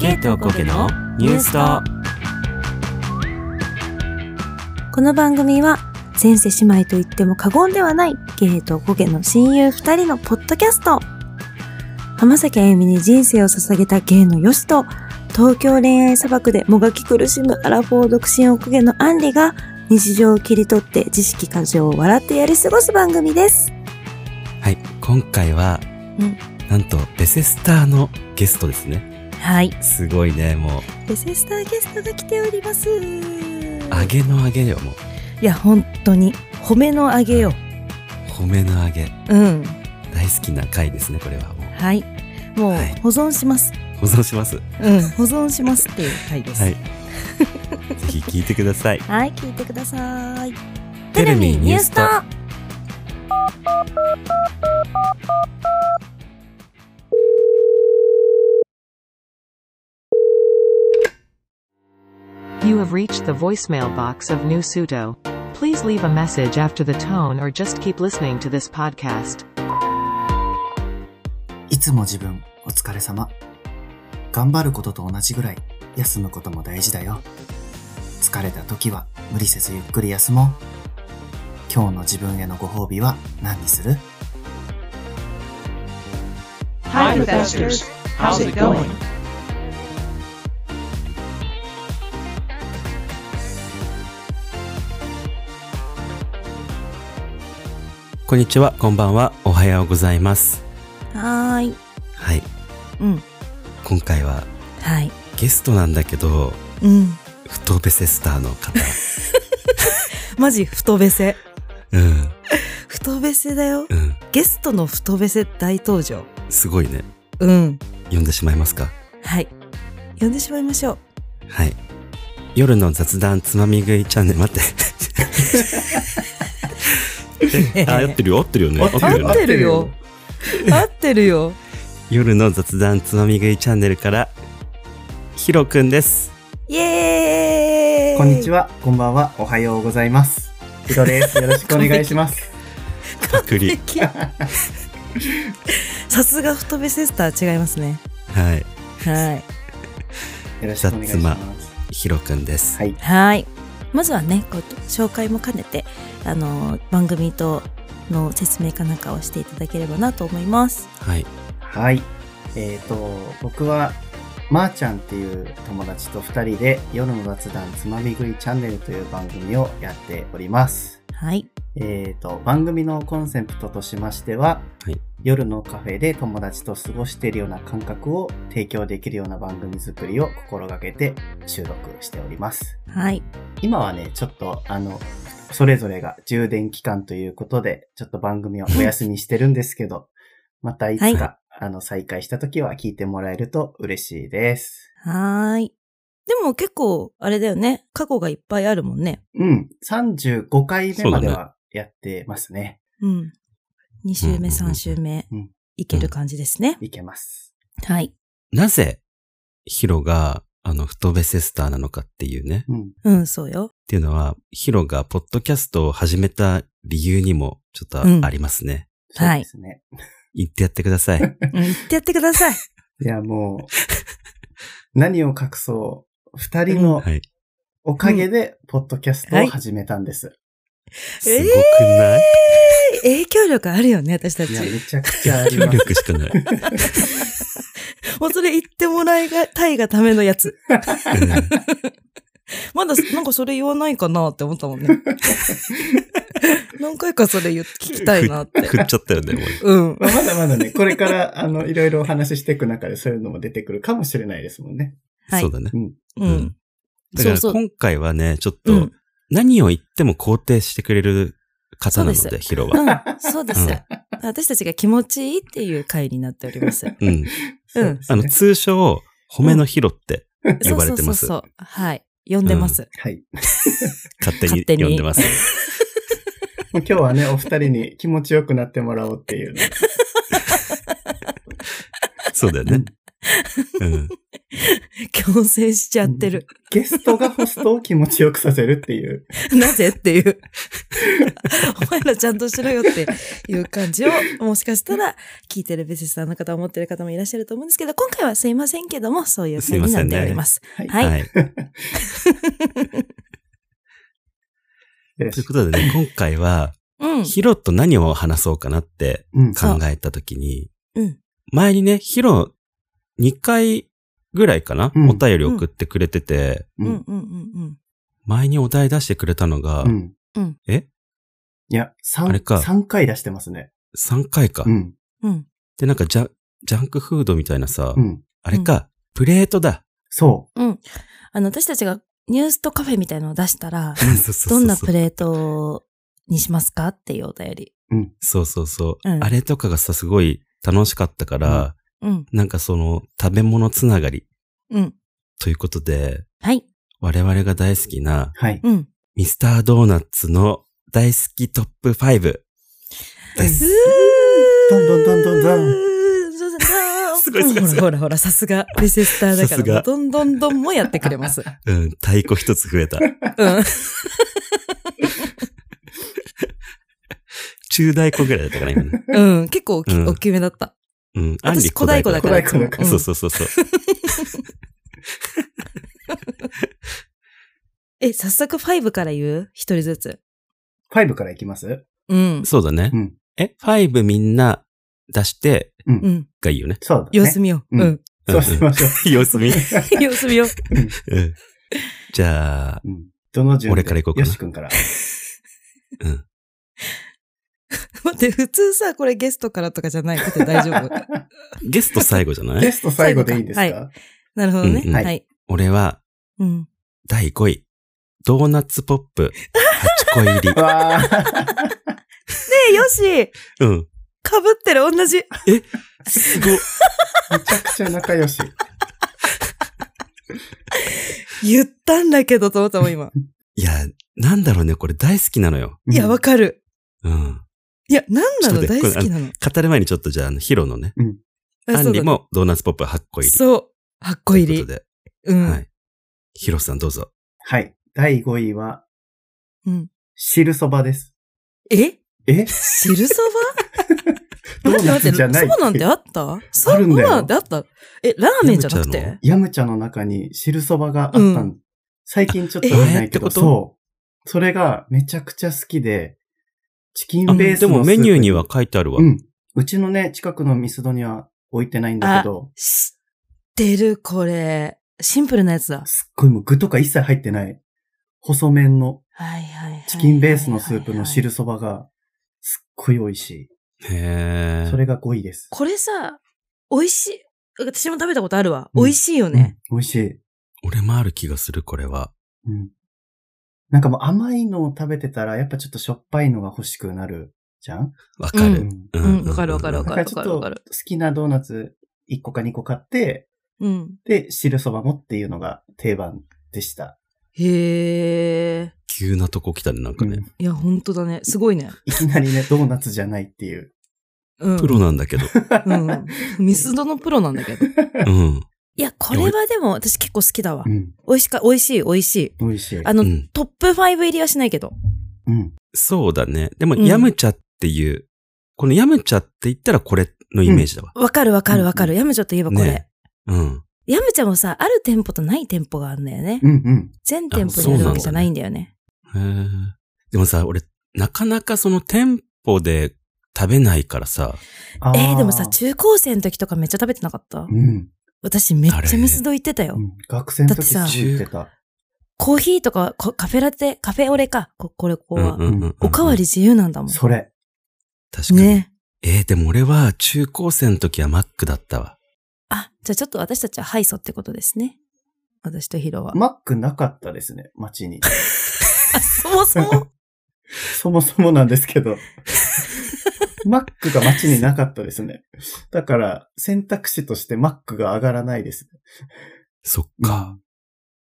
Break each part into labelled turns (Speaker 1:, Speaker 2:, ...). Speaker 1: ケイトコケのニュースと
Speaker 2: この番組は前世姉妹と言っても過言ではないゲイとゴゲの親友二人のポッドキャスト浜崎あゆみに人生を捧げたゲイのヨシと東京恋愛砂漠でもがき苦しむアラフォー独身おこげのアンリが日常を切り取って知識過剰を笑ってやり過ごす番組です
Speaker 1: はい今回は、
Speaker 2: うん
Speaker 1: なんとベセスターのゲストですね
Speaker 2: はい
Speaker 1: すごいねもう
Speaker 2: ベセスターゲストが来ております
Speaker 1: 揚げの揚げよもう
Speaker 2: いや本当に褒めのあげよ
Speaker 1: 褒めの揚げ
Speaker 2: うん
Speaker 1: 大好きな回ですねこれはもう
Speaker 2: はいもう
Speaker 1: はい
Speaker 2: 保存します、
Speaker 1: 保存しますは
Speaker 2: うん保存しますっていう回です
Speaker 1: いぜひ聞いてください
Speaker 2: はい、聞いてください。
Speaker 1: テレビニュースと
Speaker 3: You have reached the voicemail box of New Suto. Please leave a message after the tone or just keep listening to this podcast.
Speaker 4: いつも自分、お疲れ様。頑張ることと同じぐらい、休むことも大事だよ。疲れた時は、無理せずゆっくり休もう。今日の自分へのご褒美は何にする
Speaker 5: Hi, investors. How's it going?
Speaker 1: こんにちはこんばんはおはようございます
Speaker 2: はーい。
Speaker 1: はい
Speaker 2: うん。
Speaker 1: 今回は
Speaker 2: はい。
Speaker 1: ゲストなんだけど
Speaker 2: うん。
Speaker 1: ふとベセスターの方
Speaker 2: マジ、太べせ。
Speaker 1: うん
Speaker 2: 太べせだよ。
Speaker 1: うん
Speaker 2: ゲストの太べせ大登場。
Speaker 1: すごいね
Speaker 2: うん。
Speaker 1: 読んでしまいますか
Speaker 2: はい。呼んでしまいましょう。
Speaker 1: はい夜の雑談つまみ食いチャンネル待ってえ あ合ってるよ合ってるよね合ってるよ
Speaker 2: 合っ
Speaker 1: ね
Speaker 2: てるよ。合ってるよ。
Speaker 1: 夜の雑談つまみ食いチャンネルからひろくんです
Speaker 2: イエーイ
Speaker 4: こんにち
Speaker 2: は。
Speaker 4: は、こんばんは、おはようございます。ひろです。よろしくお願い します。
Speaker 1: パクリ
Speaker 2: さすが太べセスター違いますね。
Speaker 1: はい
Speaker 2: はい。
Speaker 4: よろしくお願いします。
Speaker 1: ひろくんです
Speaker 4: はい。
Speaker 2: はい。まずはね、こう紹介も兼ねて、あの、番組との説明かなんかをしていただければなと思います。
Speaker 1: はい
Speaker 4: はい。えっ、と、僕は、まー、ちゃんっていう友達と二人で、夜の雑談つまみ食いチャンネルという番組をやっております。
Speaker 2: はい。
Speaker 4: えー、と、番組のコンセプトとしましては、
Speaker 1: はい
Speaker 4: 夜のカフェで友達と過ごしているような感覚を提供できるような番組作りを心がけて収録しております。
Speaker 2: はい。
Speaker 4: 今はね、ちょっとあの、それぞれが充電期間ということで、ちょっと番組をお休みしてるんですけど、 またいつか、
Speaker 2: は
Speaker 4: あの、再開した時は聞いてもらえると嬉しいです。
Speaker 2: はーい。でも結構、あれだよね。過去がいっぱいあるもんね。
Speaker 4: うん、35回目まで
Speaker 1: そうだ
Speaker 4: はやってますね。
Speaker 2: うん。2週
Speaker 1: うんうんうん
Speaker 2: 目、3週目
Speaker 4: うん、
Speaker 2: いける感じですね。
Speaker 4: いけます。
Speaker 2: はい。
Speaker 1: なぜひろがあのふとベセスターなのかっていうね
Speaker 4: うん。
Speaker 2: うん、そうよ。
Speaker 1: っていうのは、ヒロがポッドキャストを始めた理由にもちょっと
Speaker 2: うん
Speaker 1: ありますね。
Speaker 4: そうですね。
Speaker 1: 言ってやってください。
Speaker 2: うん、言ってやってください。
Speaker 4: いや、もう、 何を隠そう。二人の
Speaker 1: はい。
Speaker 4: おかげで、ポッドキャストを始めたんです。
Speaker 1: すごくない、
Speaker 2: えー影響力あるよね、私たち
Speaker 4: い。や、めちゃくちゃあり
Speaker 1: 協
Speaker 4: ます。
Speaker 1: 力しかない。うん
Speaker 2: もうそれ言ってもらいたいが ためのやつ。まだ、なんかそれ言わないかなって思ったもん ね。何回かそれ言って聞きたいな って。
Speaker 1: 振っちゃったよね、もう。
Speaker 2: うん。
Speaker 4: まあまだまだね、これから、あ の、いろいろお話ししていく中で、そういうのも出てくるかもしれないですもんね。
Speaker 2: はい
Speaker 1: そうだね。
Speaker 2: う。
Speaker 1: うんんだから
Speaker 2: そうそう
Speaker 1: 今回はね、ちょっ
Speaker 2: う
Speaker 1: と
Speaker 2: ん。
Speaker 1: 何を言っても肯定してくれる方なの
Speaker 2: そう
Speaker 1: で、
Speaker 2: で
Speaker 1: ヒロ
Speaker 2: う
Speaker 1: は。
Speaker 2: ん、そうです、
Speaker 1: うん
Speaker 2: 私たちが気持ちいいっていう回になっております。
Speaker 1: うん。
Speaker 4: そうです
Speaker 1: あの、
Speaker 4: ね
Speaker 1: 通称、褒めのヒロって呼
Speaker 2: そう
Speaker 1: ば
Speaker 2: そ
Speaker 1: れ
Speaker 2: う
Speaker 1: て
Speaker 2: そう
Speaker 1: ます。
Speaker 2: そう。はい。呼んでます。
Speaker 4: はい。
Speaker 1: 勝手に
Speaker 2: 勝手に
Speaker 1: 呼んでます。
Speaker 4: もう今日はね、お二人に気持ちよくなってもらおうっていうね。
Speaker 1: そうだよね。うん。
Speaker 2: 強制しちゃってる。
Speaker 4: ゲストがホストを気持ちよくさせるっていう。
Speaker 2: なぜっていう。お前らちゃんとしろよっていう感じを、もしかしたら聞いてるベセスさんの方、思ってる方もいらっしゃると思うんですけど、今回はすいませんけども、そういう感じになっております。
Speaker 4: はい
Speaker 2: はい。
Speaker 1: はい。
Speaker 4: よろ
Speaker 1: という
Speaker 4: しく
Speaker 1: ことでね、今回は、
Speaker 2: うん。
Speaker 1: ヒロと何を話そうかなって
Speaker 4: うん。
Speaker 1: 考えたときに、
Speaker 2: うん。
Speaker 1: 前にね、ヒロ2回ぐらいかな、
Speaker 4: うん
Speaker 1: お便り送ってくれてて、
Speaker 2: うん。
Speaker 4: う
Speaker 2: うんん。うん。うん。
Speaker 1: 前にお題出してくれたのが、
Speaker 4: うん。
Speaker 1: え
Speaker 4: いや、
Speaker 1: あれ
Speaker 4: 三
Speaker 1: か
Speaker 4: 三回出してますね。
Speaker 1: ?3 回か。
Speaker 4: うん。
Speaker 2: うん。
Speaker 1: で、なんかジャジャンクフードみたいなさ、
Speaker 4: うん。
Speaker 1: あれか、プレートだ。
Speaker 4: そ
Speaker 2: うん。あの、私たちがニュースとカフェみたいのを出した ら、
Speaker 1: そうそうそう
Speaker 2: どんなプレートにしますかっていうお便り。
Speaker 1: そうそうそう、
Speaker 2: うん
Speaker 1: あれとかがさ、すごい楽しかったから、
Speaker 2: うん。
Speaker 1: なんかその食べ物つながり
Speaker 2: うん。
Speaker 1: ということで、
Speaker 2: はい。
Speaker 1: 我々が大好きな
Speaker 4: う。はい。
Speaker 2: うん。
Speaker 1: ミスタードーナツの大好きトップ5。です。
Speaker 4: どんどんどんどんどん。
Speaker 1: すごいすごいす
Speaker 2: ほら
Speaker 1: ごい
Speaker 2: ほらほら、さすが、レセスターだ
Speaker 1: さ
Speaker 2: か
Speaker 1: す
Speaker 2: ら、
Speaker 1: が
Speaker 2: どんどんどんもやってくれます。
Speaker 1: うん、太鼓一つ増 えた。
Speaker 2: うん。
Speaker 1: 中太鼓ぐらいだったかな、今ね。
Speaker 2: うん。結構大き
Speaker 1: うん
Speaker 2: 大きめだった。
Speaker 1: うん、
Speaker 2: 私
Speaker 1: アンリ
Speaker 2: 小太鼓だ
Speaker 4: か
Speaker 2: からら。
Speaker 4: いつも
Speaker 1: そうそうそうそう。
Speaker 2: え、早速5から言う一人ずつ。
Speaker 4: ファイブからいきます
Speaker 2: うん。
Speaker 1: そうだね
Speaker 4: う。ん。
Speaker 1: え、5みんな出して
Speaker 2: うん。
Speaker 1: がいい よね。
Speaker 4: そうだね。
Speaker 2: 様子見よう。
Speaker 4: ね
Speaker 2: うん。
Speaker 4: そうしましょう。
Speaker 1: 様子見。
Speaker 2: 様子見よう。
Speaker 1: うんじゃあ、
Speaker 4: うん。どの順
Speaker 1: 俺から行こうか
Speaker 4: よ
Speaker 1: な
Speaker 4: し君から。
Speaker 2: 待って、普通さ、これゲストからとかじゃないこと大丈 夫。
Speaker 1: ゲスト最後じ ゃな
Speaker 4: ゲ
Speaker 1: い
Speaker 4: スト最後でいいんです
Speaker 2: 最後
Speaker 4: か
Speaker 2: なるほどね。
Speaker 1: うんうん
Speaker 4: はい。
Speaker 2: はい。
Speaker 1: 俺は
Speaker 2: うん。
Speaker 1: 第5位、ドーナツポップ8個入り
Speaker 4: わー。
Speaker 2: え、よし
Speaker 1: うん。
Speaker 2: かぶってる、同じ。
Speaker 1: すごっ。
Speaker 4: めちゃくちゃ仲良し。
Speaker 2: 言ったんだけど、と思ったもん、今。
Speaker 1: いや、なんだろうね、これ大好きなのよ。
Speaker 2: いや、わかる。
Speaker 1: うん。
Speaker 2: いや、なんなの
Speaker 1: ちょっと
Speaker 2: 大
Speaker 1: ね
Speaker 2: 好きなの。
Speaker 1: 語る前にちょっとじゃあ、あの、ヒロのね、
Speaker 2: あ
Speaker 1: ア
Speaker 2: そう
Speaker 1: ン
Speaker 2: だ
Speaker 1: リ
Speaker 2: ね
Speaker 1: もドーナツポップ8個入り。
Speaker 2: そう。8個
Speaker 1: という
Speaker 2: 入り
Speaker 1: こと。で、
Speaker 2: う
Speaker 1: は
Speaker 2: ん。
Speaker 1: い。ヒロさんどうぞ。
Speaker 4: はい。第5位は、
Speaker 2: うん。
Speaker 4: 汁そばです。
Speaker 2: え
Speaker 4: え
Speaker 2: 汁そば
Speaker 4: ドーナツじゃない
Speaker 2: 待って待ってそうなんてあったそ
Speaker 4: あるんだよ
Speaker 2: うなんてあったえ、ラーメンじゃなく
Speaker 1: 飲めちゃう
Speaker 2: て
Speaker 1: の
Speaker 4: ヤムチャの中に汁そばがあった。
Speaker 2: うん
Speaker 4: 最近ちょっと見ないけ
Speaker 1: えーってこ
Speaker 4: ど、
Speaker 1: と
Speaker 4: そう。それがめちゃくちゃ好きで、チキ
Speaker 1: あ
Speaker 4: ンベース
Speaker 1: でも
Speaker 4: のスープ
Speaker 1: メニューには書いてあるわ。
Speaker 4: うん。うちのね、近くのミスドには置いてないんだけど、
Speaker 2: 知ってる、これ。シンプルなやつだ。
Speaker 4: すっごいもう具とか一切入ってない、細麺の
Speaker 2: はいはいはい。
Speaker 4: チキンベースのスープの汁。そばが、すっごい美味し
Speaker 1: へ
Speaker 4: い。
Speaker 1: ー
Speaker 4: それが5位です。
Speaker 2: これさ、美味しい。私も食べたことあるわ。
Speaker 4: うん
Speaker 2: 美味しいよね。
Speaker 4: うん。美味しい。
Speaker 1: 俺もある気がする、これは。
Speaker 4: うん。なんかもう甘いのを食べてたら、やっぱちょっとしょっぱいのが欲しくなるじゃん
Speaker 1: わか
Speaker 4: う
Speaker 1: る。
Speaker 4: ん。
Speaker 1: う
Speaker 2: うんわかるわかるわか
Speaker 4: だ
Speaker 2: る
Speaker 4: からちょっと
Speaker 2: わ
Speaker 4: 好
Speaker 2: かる
Speaker 4: きなドーナツ1個か2個買って、
Speaker 2: うん。
Speaker 4: で、汁そばもっていうのが定番でした。
Speaker 2: へえ。
Speaker 1: 急なとこ来たね、なんか
Speaker 4: う
Speaker 1: ね
Speaker 4: ん。
Speaker 2: いや、本当だね。すごいね。
Speaker 4: いきなりね、ドーナツじゃないっていう。
Speaker 2: うん。
Speaker 1: プロなんだけど。
Speaker 2: うん。ミスドのプロなんだけど。
Speaker 1: うん。
Speaker 2: いや、これはでも私結構好きだわ
Speaker 4: う。ん。
Speaker 2: 美味しか、美味しい、美味しい。
Speaker 4: 美味しい。
Speaker 2: あの、
Speaker 1: うん
Speaker 2: トップ5入りはしないけど。
Speaker 4: うん。
Speaker 1: そうだね。でも、
Speaker 2: うん
Speaker 1: ヤムチャっていう、このヤムチャって言ったらこれのイメージだわ。
Speaker 2: わかるわかるわかる。ヤムチャといえばこれ。
Speaker 1: ねうん。
Speaker 2: ヤムチャもさ、ある店舗とない店舗があるんだよね。
Speaker 4: うんうん。
Speaker 2: 全店舗にあるわけじゃないんだよね。
Speaker 1: へーでもさ、俺、なかなかその店舗で食べないからさ、
Speaker 4: あ
Speaker 2: えー、でもさ、中高生の時とかめっちゃ食べてなかった
Speaker 4: うん。
Speaker 2: 私めっちゃミスド行ってた
Speaker 4: う
Speaker 2: よ。
Speaker 4: ん学生の時
Speaker 2: だってさ
Speaker 4: 知ってた。
Speaker 2: コーヒーとかこカフェラテ、カフェオレか。ここれ、ここは、
Speaker 1: うんうんうんうん
Speaker 2: おかわり自由なんだもん。
Speaker 4: それ。
Speaker 1: 確かに。
Speaker 2: ね。
Speaker 1: えーでも俺は中高生の時はマックだったわ。
Speaker 2: あ、じゃあちょっと私たちは敗訴ってことですね。私とヒロは。
Speaker 4: マックなかったですね、街に。
Speaker 2: あそもそも
Speaker 4: そもそもなんですけど。マックが街になかったですね。だから、選択肢としてマックが上がらないです。
Speaker 1: そっか。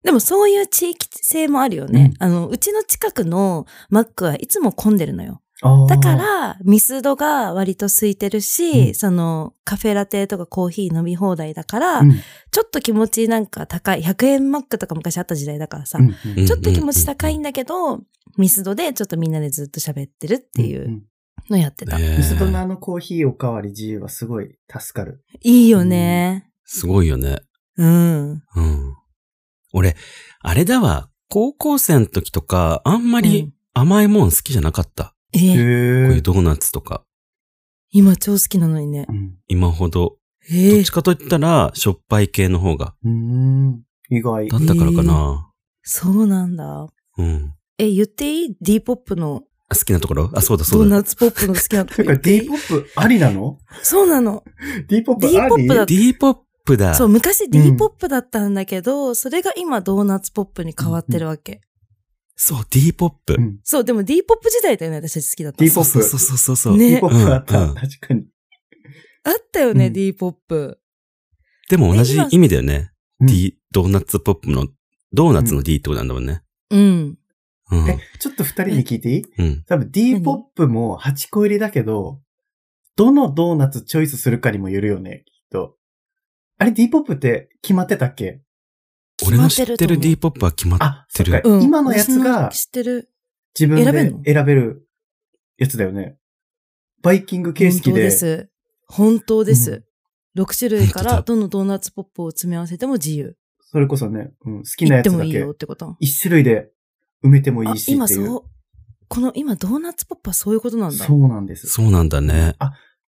Speaker 2: でもそういう地域性もあるよね。
Speaker 4: う
Speaker 2: あの、うちの近くのマックはいつも混んでるのよ。
Speaker 4: あー
Speaker 2: だか、ら、ミスドが割と空いてるし、
Speaker 4: うん
Speaker 2: その、カフェラテとかコーヒー飲み放題だから、
Speaker 4: うん
Speaker 2: ちょっと気持ちなんか高い、100円マックとか昔あった時代だからさ、
Speaker 4: うんうん
Speaker 2: ちょっと気持ち高いんだけど、ミスドでちょっとみんなでずっと喋ってるっていうんのやってた。
Speaker 1: ねえ
Speaker 4: ミスドのあのコーヒーおかわり自由はすごい助かる。
Speaker 2: いいよね。
Speaker 1: すごいよね。
Speaker 2: うん。
Speaker 1: うん。俺、あれだわ。高校生の時とか、あんま
Speaker 2: う
Speaker 1: り
Speaker 2: ん
Speaker 1: 甘いもん好きじゃなかった。
Speaker 4: へ
Speaker 2: え、
Speaker 1: こういう
Speaker 4: ー
Speaker 1: ドーナツとか。
Speaker 2: 今超好きなのにね
Speaker 4: う。ん
Speaker 1: 今ほど。ど
Speaker 2: え
Speaker 1: っちかといったら、しょっぱい系の方が。
Speaker 4: うーん。意外
Speaker 1: だ。ったからかな。
Speaker 2: そうなんだ。
Speaker 1: うん。
Speaker 2: え、言っていい ?D ポップの、
Speaker 1: あ好きなところあ、そうだそ
Speaker 2: ドー
Speaker 1: うだ。
Speaker 2: ナツポップの好き なとこ
Speaker 4: て
Speaker 2: 言
Speaker 4: か
Speaker 2: ってい
Speaker 4: D
Speaker 2: い
Speaker 4: ポップありなの
Speaker 2: そうなの。
Speaker 4: ?D ポップ
Speaker 2: D
Speaker 4: あ
Speaker 2: ポ
Speaker 4: り
Speaker 2: ップだ
Speaker 4: って。
Speaker 1: D ポップだ。
Speaker 2: そう、昔 D ポップだったんだけど、それが今ドーナツポップに変わってるわけ。
Speaker 1: そう、D ポップ
Speaker 4: う。ん
Speaker 2: そう、でも D ポップ時代だよね、私たち好きだったの。
Speaker 4: D ポップ
Speaker 1: そうそうそうそうそう。
Speaker 2: ね
Speaker 4: D ポップあった。
Speaker 1: うん
Speaker 4: 確かに。
Speaker 2: あったよね、
Speaker 4: うん
Speaker 2: D ポップ。
Speaker 1: でも同じ意味だよね。
Speaker 4: うん
Speaker 1: D、ドーナツポップの、ドーナツの D ってことなんだもんね。
Speaker 2: うん。
Speaker 1: うん。
Speaker 4: え、ちょっと二人に聞いていい
Speaker 1: うん。
Speaker 4: 多分 D ポップも8個入りだけど、どのドーナツチョイスするかにもよるよね、きっと。あれ D ポップって決まってたっけ
Speaker 1: 俺の知ってる
Speaker 2: 決まってる
Speaker 1: D ポップは決まっ
Speaker 4: あ、そっか
Speaker 1: て。
Speaker 2: うん、
Speaker 4: 今のやつが
Speaker 2: 私も知ってる。
Speaker 4: 自分
Speaker 2: 選べんの
Speaker 4: で選べるやつだよね。バイキング形
Speaker 2: 本
Speaker 4: 式
Speaker 2: 当で
Speaker 4: で。
Speaker 2: す。本当です。
Speaker 4: うん
Speaker 2: 6種類か
Speaker 1: 本当
Speaker 2: ら
Speaker 1: だ
Speaker 2: どのドーナツポップを詰め合わせても自由。
Speaker 4: それこそね、うん、好きな
Speaker 2: 行っ
Speaker 4: や
Speaker 2: て
Speaker 4: つ
Speaker 2: も
Speaker 4: だ
Speaker 2: いい
Speaker 4: け
Speaker 2: よっ。てこと。
Speaker 4: 一種類で埋めてもい
Speaker 2: あ
Speaker 4: い、し
Speaker 2: 今
Speaker 4: っていう。
Speaker 2: そう。この今ドーナツポップはそういうことなんだ
Speaker 4: そ。うなんです。
Speaker 1: そうなんだね。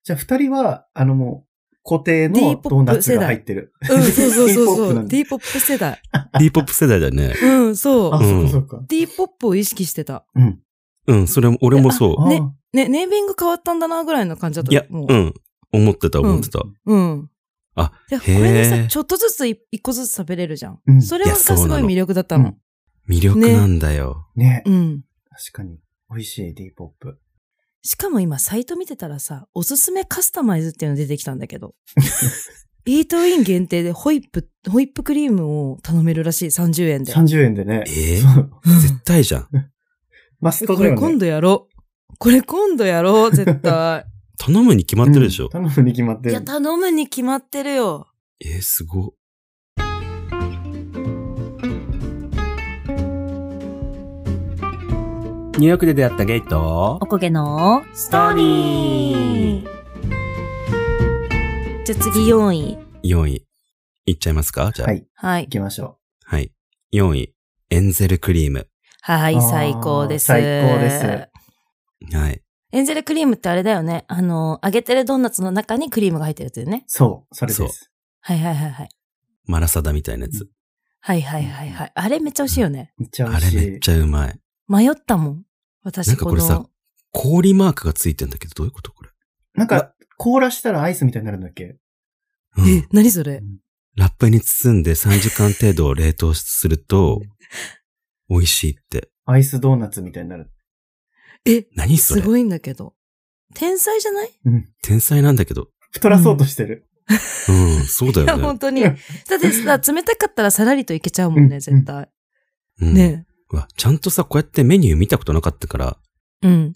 Speaker 4: じゃあ二人は、あのもう、固定
Speaker 2: D ポ
Speaker 4: の
Speaker 2: ップ
Speaker 4: ドーナツが入ってる。
Speaker 2: うん、そうそうそうそう。
Speaker 4: D
Speaker 2: D ポップ世代。
Speaker 1: D ポップ世代だね。
Speaker 2: うん、そ
Speaker 4: あ、
Speaker 2: う。
Speaker 1: ん
Speaker 4: そうかそうか。
Speaker 2: D ポップを意識してた。
Speaker 4: うん。
Speaker 1: うん、それも、俺もそ
Speaker 4: あ
Speaker 2: ねね、ネーミング変わったんだなぐらいの感じだっ
Speaker 1: う。
Speaker 2: た。
Speaker 1: いや、
Speaker 2: も
Speaker 1: う
Speaker 2: う。
Speaker 1: ん。思ってた、思ってた。
Speaker 2: うん。
Speaker 1: あ
Speaker 2: で、これで
Speaker 1: へ
Speaker 2: さ、
Speaker 1: ー
Speaker 2: ちょっとずつい一個ずつ食べれるじゃん。
Speaker 4: うん
Speaker 2: それが
Speaker 1: いやそう
Speaker 2: す
Speaker 1: なの
Speaker 2: ごい魅力だったの。
Speaker 1: 魅力なんだよ。
Speaker 4: ね。
Speaker 2: うん。
Speaker 4: 確かに。美味しい D ポップ。
Speaker 2: しかも今、サイト見てたらさ、おすすめカスタマイズっていうの出てきたんだけど。イートイン限定でホイップ、ホイップクリームを頼めるらしい、30円で。
Speaker 4: 30円でね。
Speaker 1: ええ
Speaker 4: そう
Speaker 1: 絶対じゃん。
Speaker 4: マスト
Speaker 2: こ
Speaker 4: だよ
Speaker 2: れ
Speaker 4: ね。
Speaker 2: 今度やろう。これ今度やろう、 絶対。
Speaker 1: 頼むに決まってるでしょ。
Speaker 4: うん頼むに決まっ
Speaker 2: い
Speaker 4: てる
Speaker 2: や、。頼むに決まってるよ。
Speaker 1: えー、すご。ニューヨークで出会ったゲイと、
Speaker 2: こげのストーリーじゃあ次4位。
Speaker 1: 4位、いっちゃいますかじゃあ。
Speaker 4: はい。行
Speaker 2: はい。
Speaker 4: きましょ
Speaker 1: はい。4位、エンゼルクリーム。
Speaker 2: はい、
Speaker 4: あー
Speaker 2: 最高です。
Speaker 4: 最高です。
Speaker 1: はい。
Speaker 2: エンゼルクリームってあれだよね。あの、揚げてるドーナツの中にクリームが入ってるやつだよね
Speaker 4: う。。そう、それ
Speaker 1: そう
Speaker 4: です。
Speaker 2: はいはいはいはい。
Speaker 1: マラサダみたいなやつ。
Speaker 2: はいはいはいはい。あれめっちゃ美味しいよね。
Speaker 4: めっちゃ美
Speaker 1: あ
Speaker 4: 味
Speaker 1: れ
Speaker 4: し
Speaker 1: めっ
Speaker 4: い。
Speaker 1: ちゃうまい。
Speaker 2: 迷ったもん。
Speaker 1: な
Speaker 2: 私
Speaker 1: んか
Speaker 2: こ
Speaker 1: これさ
Speaker 2: の、
Speaker 1: 氷マークがついてんだけど、どういうことこれ。
Speaker 4: なんか、凍らしたらアイスみたいになるんだっけ
Speaker 1: うん
Speaker 2: え、何それ
Speaker 1: ラップに包んで3時間程度冷凍すると、 美味しいって。
Speaker 4: アイスドーナツみたいになる。
Speaker 2: え、
Speaker 1: 何そ
Speaker 2: す
Speaker 1: れ
Speaker 2: ごいんだけど。天才じゃない
Speaker 1: 天才なんだけど。
Speaker 4: 太らそうとしてる。
Speaker 1: うん、そうだ
Speaker 2: いや、
Speaker 1: よね
Speaker 2: 本。当に。だってさ、冷たかったらさらりといけちゃうもん
Speaker 4: う
Speaker 2: ね、
Speaker 4: ん
Speaker 2: 絶対。
Speaker 1: うん
Speaker 2: ね
Speaker 1: うわ、ちゃんとさ、こうやってメニュー見たことなかったから、
Speaker 2: うん。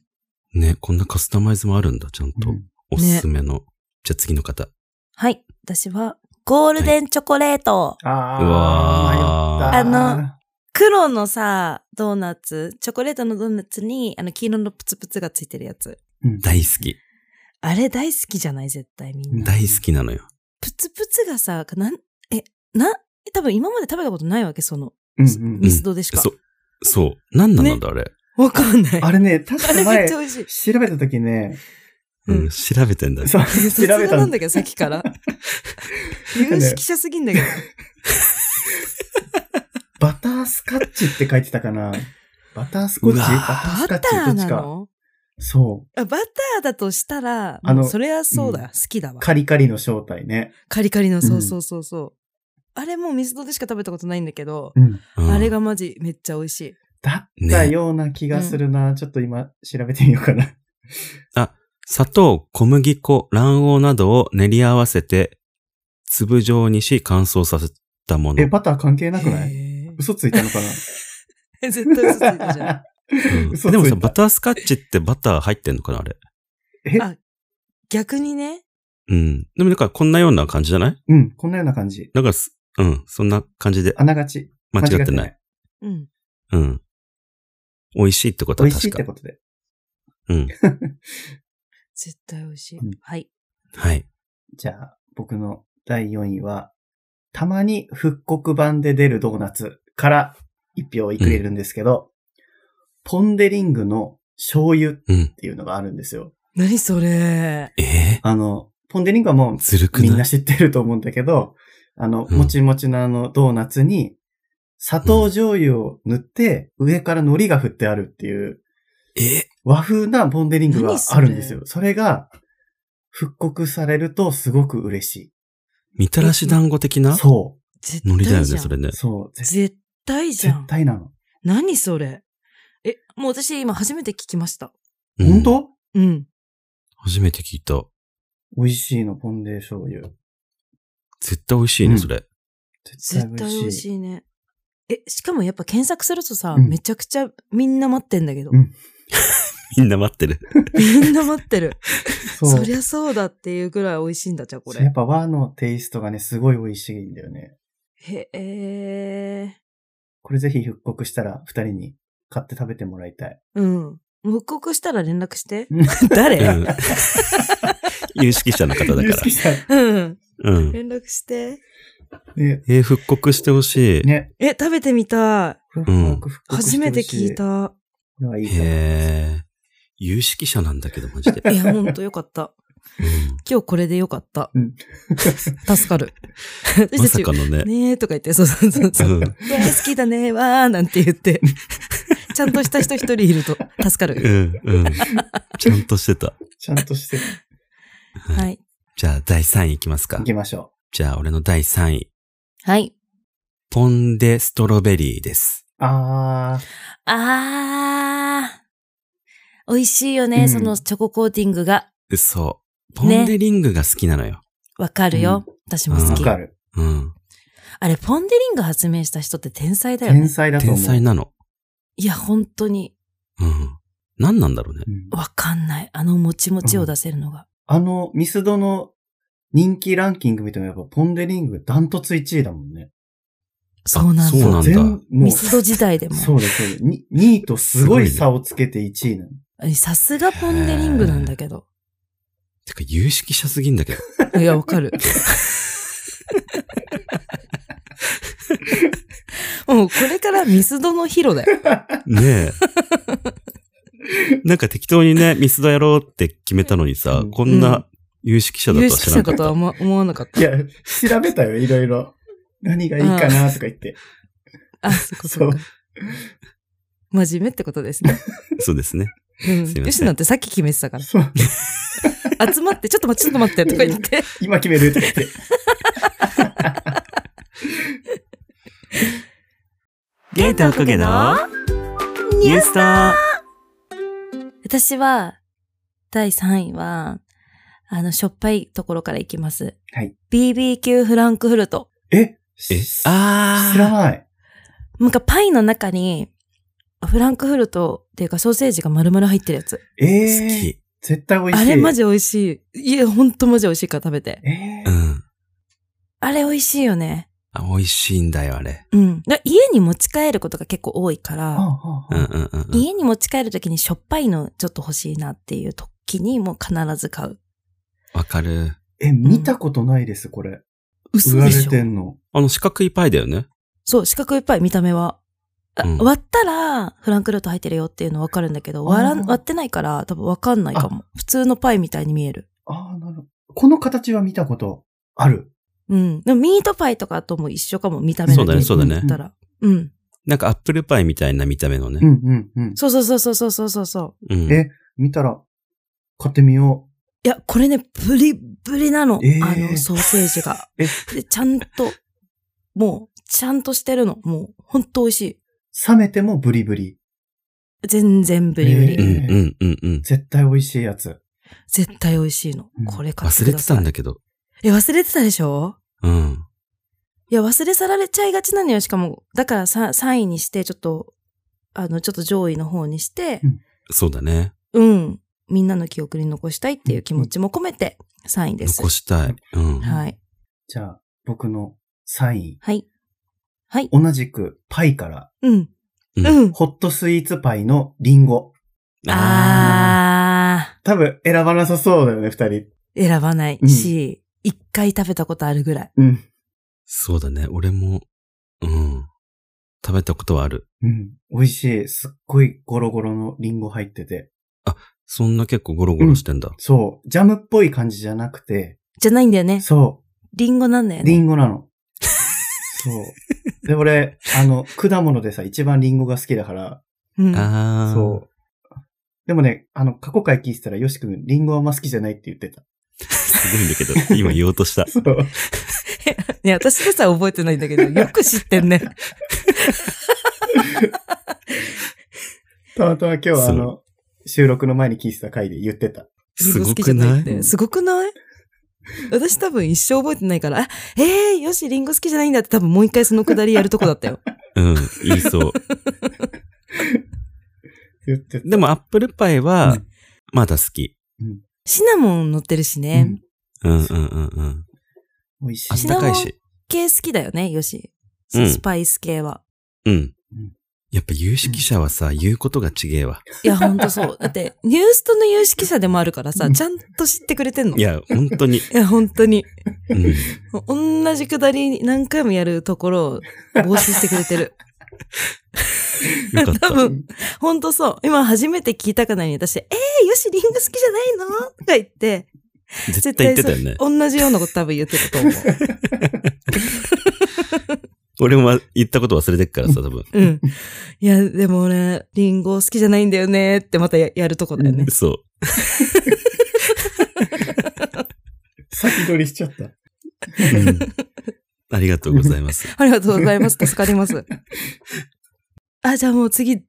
Speaker 1: ね、こんなカスタマイズもあるんだ、ちゃんと。
Speaker 4: うん
Speaker 1: おすすめの。じゃあ次の方。
Speaker 2: はい。私は、ゴールデンチョコレート。
Speaker 1: う
Speaker 4: あ
Speaker 1: わ
Speaker 4: あ、
Speaker 2: ー
Speaker 4: 迷った。
Speaker 2: あの、黒のさ、ドーナツ、チョコレートのドーナツに、あの、黄色のプツプツがついてるやつ。
Speaker 4: うん
Speaker 1: 大好き。
Speaker 2: あれ大好きじゃない絶対みんな。
Speaker 1: 大好きなのよ。
Speaker 2: プツプツがさ、なん、え、な、多分今まで食べたことないわけ、その、
Speaker 4: うんうん
Speaker 2: ミスドでしか
Speaker 1: そ。う。そう。なんな
Speaker 2: ね
Speaker 1: のだ、あれ。
Speaker 2: わかんない。
Speaker 4: あれね、確
Speaker 2: あれ
Speaker 4: か
Speaker 2: めっ
Speaker 4: 前
Speaker 2: ちゃ、美味しい。
Speaker 4: 調べたと き
Speaker 1: う
Speaker 4: ね、
Speaker 2: うん
Speaker 1: ん、調べてんだね。
Speaker 4: そう、
Speaker 2: え
Speaker 4: 調
Speaker 2: さすが
Speaker 4: べ
Speaker 2: な
Speaker 4: た
Speaker 2: ん
Speaker 4: ん
Speaker 2: だ
Speaker 4: だ
Speaker 2: けど、さっき から。
Speaker 4: なんか
Speaker 2: 有
Speaker 4: ね
Speaker 2: 識者すぎんだ けど。
Speaker 4: バタースカッチって書いてたかな。バタースコッチ
Speaker 1: う
Speaker 4: バ
Speaker 1: わ
Speaker 4: タ
Speaker 1: ー
Speaker 4: ースカ
Speaker 2: バ
Speaker 4: ッ
Speaker 2: タ
Speaker 4: チど
Speaker 2: ー
Speaker 4: っ
Speaker 2: な
Speaker 4: ちか。
Speaker 2: の
Speaker 4: そう。
Speaker 2: あバターだとしたら、
Speaker 4: あの
Speaker 2: もうそれはそうだ。
Speaker 4: うん
Speaker 2: 好きだわ。
Speaker 4: カリカリの正体ね。
Speaker 2: カリカリの、そううんそうそうそう。あれもう水戸でしか食べたことないんだけど、
Speaker 4: うん。
Speaker 1: うん
Speaker 2: あれがマジめっちゃ美味しい。
Speaker 4: だったような気がするな。ちょっと今、調べてみようかな。
Speaker 1: 砂糖、小麦粉、卵黄などを練り合わせて、粒状にし乾燥させたも
Speaker 4: え、
Speaker 1: の。
Speaker 4: バター関係なくない
Speaker 2: へー
Speaker 4: 嘘ついたのか
Speaker 2: 絶対嘘ついたじゃん。
Speaker 4: な
Speaker 1: うん
Speaker 4: 嘘ついた
Speaker 1: でもさ、バタースカッチってバター入ってんのかなあれ。
Speaker 4: え
Speaker 2: あ逆にね。
Speaker 1: うん。でもなんかこんなような感じじゃない
Speaker 4: うん、こんなような感じ。
Speaker 1: なんかす、うん、そんな感じで
Speaker 4: あながち。
Speaker 1: 間違ってない。
Speaker 2: うん。
Speaker 1: うん。美味しいってこと
Speaker 4: 美
Speaker 1: は
Speaker 4: 味しい
Speaker 1: 確
Speaker 4: っ
Speaker 1: か。
Speaker 4: てことで。
Speaker 1: うん。
Speaker 2: 絶対美味しい
Speaker 4: うん。
Speaker 2: はい。
Speaker 1: はい。
Speaker 4: じゃあ、僕の第4位は、たまに復刻版で出るドーナツから一票いくれるんですけど、ポンデリングの醤油っ
Speaker 1: うん。
Speaker 4: ていうのがあるんですよ。
Speaker 2: 何それ
Speaker 1: ええ
Speaker 4: あの、ポンデリングはもう
Speaker 1: ずるく
Speaker 4: みん
Speaker 1: な
Speaker 4: ない知ってると思うんだけど、あの、
Speaker 1: うん
Speaker 4: もちもちのあのドーナツに、砂糖醤油を塗って、上から海苔が振ってあるっていう、
Speaker 1: え
Speaker 4: 和風なポンデリングが
Speaker 2: 何それ
Speaker 4: あるんですよ。それが、復刻されるとすごく嬉し
Speaker 1: みたらし団子的
Speaker 4: い。
Speaker 1: な
Speaker 4: そ
Speaker 2: 絶対
Speaker 1: ノリ
Speaker 2: じ
Speaker 1: だ
Speaker 2: ゃ
Speaker 1: よ
Speaker 2: ん。
Speaker 1: ね、それね
Speaker 4: う。。そう。絶
Speaker 2: 絶対じゃん
Speaker 4: 絶。対なの。
Speaker 2: 何それえ、もう私今初めて聞きました。
Speaker 1: うん
Speaker 4: 本当
Speaker 2: うん。
Speaker 1: 初めて聞いた。
Speaker 4: 美味しいの、ポンデ醤油。
Speaker 1: 絶対美味しいね、それ。
Speaker 4: 絶
Speaker 2: 絶
Speaker 4: 対
Speaker 2: 対
Speaker 4: 美
Speaker 2: 美
Speaker 4: 味
Speaker 2: 味
Speaker 4: しい。
Speaker 2: しいね。え、しかもやっぱ検索するとさ、
Speaker 4: うん
Speaker 2: めちゃくちゃみんな待ってんだけど。
Speaker 4: うん
Speaker 1: みんな待ってる。
Speaker 2: みんな待ってる。
Speaker 4: そ。
Speaker 2: そうりゃそうだっていうぐらい美味しいんだじゃん、こ
Speaker 4: や
Speaker 2: れ
Speaker 4: っ。ぱ和のテイストがね、すごい美味しいんだよね。
Speaker 2: へえ。
Speaker 4: これぜひ復刻したら二人に買って食べてもらいたい。
Speaker 2: うん。報告したら連絡して
Speaker 4: うん。
Speaker 2: 誰
Speaker 1: うん有識者の方だ
Speaker 4: ゆう
Speaker 1: か
Speaker 4: すけさん
Speaker 2: うん。
Speaker 1: ら。うん。
Speaker 2: 連絡して。
Speaker 4: ね、
Speaker 1: えー復刻してほしい。
Speaker 4: ね、
Speaker 2: え、食べてみたい。
Speaker 4: フ
Speaker 1: う
Speaker 4: ラ
Speaker 1: ん
Speaker 4: フーク復刻
Speaker 2: 初めて聞い
Speaker 4: こ
Speaker 2: た。
Speaker 4: れはいいかな。
Speaker 1: へえ。有識者なんだけど、マジ で。
Speaker 2: いや、ほんとよかった。
Speaker 1: うん
Speaker 2: 今日これでよかった。
Speaker 4: うん
Speaker 2: 助かる。私た
Speaker 1: まさ
Speaker 2: ち、
Speaker 1: かのね。
Speaker 2: ねえとか言って、そうそうそうそうう。
Speaker 1: ん
Speaker 2: 大好きだねーわーなんて言って。ちゃんとした人一人いると助か
Speaker 1: う
Speaker 2: る。
Speaker 1: ん、うん。ちゃんとしてた。
Speaker 4: ちゃんとして
Speaker 1: は。
Speaker 2: はいい。
Speaker 1: じゃあ、第3位いきますか
Speaker 4: い。きましょ
Speaker 1: じゃあ、俺の第3位。
Speaker 2: はい。
Speaker 1: ポンデストロベリーです。
Speaker 4: う。あ
Speaker 2: あー。美味しいよね、
Speaker 4: うん
Speaker 2: そのチョココーティングが。
Speaker 1: そう。ポンデリングが好きなのよ。
Speaker 2: わかるよ。私も
Speaker 4: ー、
Speaker 2: 好
Speaker 4: わ
Speaker 2: き。
Speaker 4: かる。
Speaker 1: うん。
Speaker 2: あれ、ポンデリング発明した人って天才だよ
Speaker 4: 天
Speaker 2: ね。
Speaker 4: 才だと思う。
Speaker 1: 天才なの。
Speaker 2: いや、本当に。
Speaker 1: うん。何なんだろうね。
Speaker 4: うん
Speaker 2: わかんない。あのもちもちを出せるのが。
Speaker 4: あの、ミスドの人気ランキング見てもやっぱポンデリングダントツ1位だもんね。
Speaker 2: そうなん
Speaker 1: そうな
Speaker 2: だ
Speaker 1: ん。だ
Speaker 4: 全も
Speaker 2: ミ
Speaker 4: う、
Speaker 2: スド時代でも。
Speaker 4: そうです、そうです。に2位とすごい差をつけて1位なの。
Speaker 2: さすがポンデリングなんだけど。
Speaker 1: てか、有識者すぎんだけど。
Speaker 2: いや、わかる。 もうこれからミスドのヒロだよ。
Speaker 1: ねえ。なんか適当にね、ミスドやろうって決めたのにさ
Speaker 4: うん、
Speaker 1: こんな有識者だと
Speaker 2: 有
Speaker 1: は
Speaker 2: 識
Speaker 1: 知ら
Speaker 2: 者だ
Speaker 1: なかっ
Speaker 2: とは
Speaker 1: た。
Speaker 2: 思思わなかっ
Speaker 4: い
Speaker 2: た。
Speaker 4: や、調べたよ、いろいろ。何がいいかなとか言って。
Speaker 2: あ、 そっかそっか。真面目ってことです ね。
Speaker 1: そうですね。
Speaker 2: うん。
Speaker 1: すいません
Speaker 2: 吉野ってさっき決めてたか
Speaker 4: そう
Speaker 2: ら。集まって、ちょっと待って、ちょっと待って、とか言って。
Speaker 4: 今決めるとか言って。
Speaker 1: ゲートおかげのニュースター
Speaker 2: 私は、第3位は、あの、しょっぱいところからいきます。
Speaker 4: はい。
Speaker 2: BBQ フランクフルト。
Speaker 4: え
Speaker 1: え
Speaker 4: し、
Speaker 1: あ
Speaker 4: 知らない。
Speaker 2: なんかパイの中に、フランクフルトっていうかソーセージが丸々入ってるやつ。
Speaker 4: え
Speaker 1: ー
Speaker 4: ー、
Speaker 1: 好き。
Speaker 4: 絶対美味し
Speaker 2: あ
Speaker 4: い。
Speaker 2: れマジ美味しい。いや、ほんとマジ美味しいから食べて。
Speaker 4: え
Speaker 1: う
Speaker 4: ー、
Speaker 1: ん。
Speaker 2: あれ美味しいよね。
Speaker 1: あ美味しいんだよ、あれ。
Speaker 2: うん。だ家に持ち帰ることが結構多いか
Speaker 4: はあ
Speaker 2: ら、
Speaker 4: はあ
Speaker 1: うん
Speaker 4: はあ
Speaker 1: うんうんうん。
Speaker 2: 家に持ち帰るときにしょっぱいのちょっと欲しいなっていう時にもう必ず買う。
Speaker 1: わかる。
Speaker 4: え、見たことないです、これ。
Speaker 2: 嘘
Speaker 4: 売ら
Speaker 2: で
Speaker 4: れ
Speaker 2: しょ
Speaker 4: てんの。
Speaker 1: あの四角いパイだよね。
Speaker 2: そう、四角いっぱい見た目は。あ
Speaker 1: うん
Speaker 2: 割ったら、フランクルート入ってるよっていうのわかるんだけど、割らん
Speaker 4: あー
Speaker 2: 割ってないから多分わかんないかも。普通のパイみたいに見える。
Speaker 4: ああ、なるほど。この形は見たことある。
Speaker 2: うん。でもミートパイとかとも一緒かも、見た目だけ
Speaker 1: そうだねそうだね
Speaker 2: 言ったら。うん。
Speaker 1: なんかアップルパイみたいな見た目の
Speaker 4: うん
Speaker 1: ね。
Speaker 4: うんうん。
Speaker 2: そうそうそうそうそうそうそうそう。
Speaker 1: うん。
Speaker 4: え、見たら、買ってみよ
Speaker 2: いや、これね、ブリッブリなの。
Speaker 4: えー
Speaker 2: あの、ソーセージが。
Speaker 4: え
Speaker 2: で、ちゃんと、もう、ちゃんとしてるの。もう、ほんと美味し
Speaker 4: う。冷めてもブリブリ。
Speaker 2: い。全然ブリブリ。
Speaker 4: え
Speaker 1: う
Speaker 4: ー
Speaker 1: んうんうんうん。
Speaker 4: 絶対美味しいやつ。
Speaker 2: 絶対美味しいの
Speaker 4: うん。
Speaker 2: これ買って
Speaker 1: 忘
Speaker 2: く
Speaker 1: れ
Speaker 2: だ
Speaker 1: て
Speaker 2: さ
Speaker 1: た
Speaker 2: い。
Speaker 1: ん
Speaker 2: だ。
Speaker 1: だけど。
Speaker 2: え、忘れてたでしょ
Speaker 1: うん。
Speaker 2: いや、忘れ去られちゃいがちなのよ。しかも、だからさ、3位にして、ちょっと、あの、ちょっと上位の方にして、
Speaker 1: そうだね。
Speaker 2: うん、みんなの記憶に残したいっていう気持ちも込めて3位です。
Speaker 1: 残したい。うん。
Speaker 2: はい。
Speaker 4: じゃあ、僕の3位。
Speaker 2: はい。はい。
Speaker 4: 同じくパイから、
Speaker 2: うん。
Speaker 1: うん
Speaker 2: うん。
Speaker 4: ホットスイーツパイのリンゴ。
Speaker 2: あ
Speaker 4: 多分選ばなさそうだよね、二人。
Speaker 2: ー、選ばないし、一、回食べたことあるぐらい。
Speaker 4: うん。
Speaker 1: そうだね。俺も、うん。食べたことはある。
Speaker 4: うん。美味しい。すっごいゴロゴロのリンゴ入ってて。
Speaker 1: そんな結構ゴロゴロしてんだ。
Speaker 4: そう。ジャムっぽい感じじゃなくて、
Speaker 2: じゃないんだよね。
Speaker 4: そ
Speaker 2: リンゴなんだよ
Speaker 4: う。リ
Speaker 2: ね。
Speaker 4: ンゴな の。そう。で、俺、あの、果物でさ、一番リンゴが好きだから、
Speaker 2: うん、
Speaker 1: ああ。
Speaker 4: そう。でもね、あの、過去回聞いてたら、よしくん、リンゴはあんま好きじゃないって言ってた。
Speaker 1: すごいんだけど、今言おうと した。
Speaker 4: そう。
Speaker 2: ね、私でさえ覚えてないんだけど、よく知ってんね。
Speaker 4: たまたま今日は、
Speaker 1: そ
Speaker 4: あ
Speaker 1: う
Speaker 4: の、収録の前に聞いてた回で言ってた。
Speaker 1: すご
Speaker 2: 好きじ
Speaker 1: く
Speaker 2: ゃ
Speaker 1: な
Speaker 2: い
Speaker 1: い
Speaker 2: って。すごくない私多分一生覚えてないから、あ、えー、よし、リンゴ好きじゃないんだって多分もう一回そのくだりやるとこだった よ。
Speaker 1: うん、言いそう。
Speaker 4: 言ってた。
Speaker 1: でもアップルパイ
Speaker 4: う
Speaker 1: は
Speaker 4: ん、
Speaker 1: まだ好き。
Speaker 2: シナモン乗ってるし
Speaker 4: う
Speaker 2: ね。
Speaker 4: ん、
Speaker 1: うんうんうんうん。
Speaker 4: 美味しい
Speaker 1: あっ。たかいし。
Speaker 2: 系好きだよね、よし。
Speaker 1: うん
Speaker 2: スパイス系は。
Speaker 1: うん
Speaker 4: うん。
Speaker 1: やっぱ有識者はさ、言うことがちげえわ。
Speaker 2: いや、ほんとそう。だって、ニューストの有識者でもあるから
Speaker 4: う
Speaker 2: さ、
Speaker 4: ん
Speaker 2: ちゃんと知ってくれてんの。
Speaker 1: い
Speaker 2: いや、
Speaker 1: や、本当に。
Speaker 2: 本当に。
Speaker 1: うん。
Speaker 2: 同じくだり何回もやるところを防止してくれてる。
Speaker 1: よか っ
Speaker 2: 多
Speaker 1: た。
Speaker 2: 分、ほんとそう。今初めて聞いたかないに私、えー、よし、リンゴ好きじゃないのとか言って、
Speaker 1: 絶対言ってたよね
Speaker 2: そ。同じようなこと多分言ってたと思う。
Speaker 1: 俺も言ったこと忘れてっからさ、多分。
Speaker 2: うん。 いや、でも俺、リンゴ好きじゃないんだよねってまたややるとこだよね。
Speaker 1: そう。
Speaker 4: 先取りしちゃった。
Speaker 1: うん ありがとうございます。
Speaker 2: ありがとうございます。助かります。 あ、じゃあもう次、2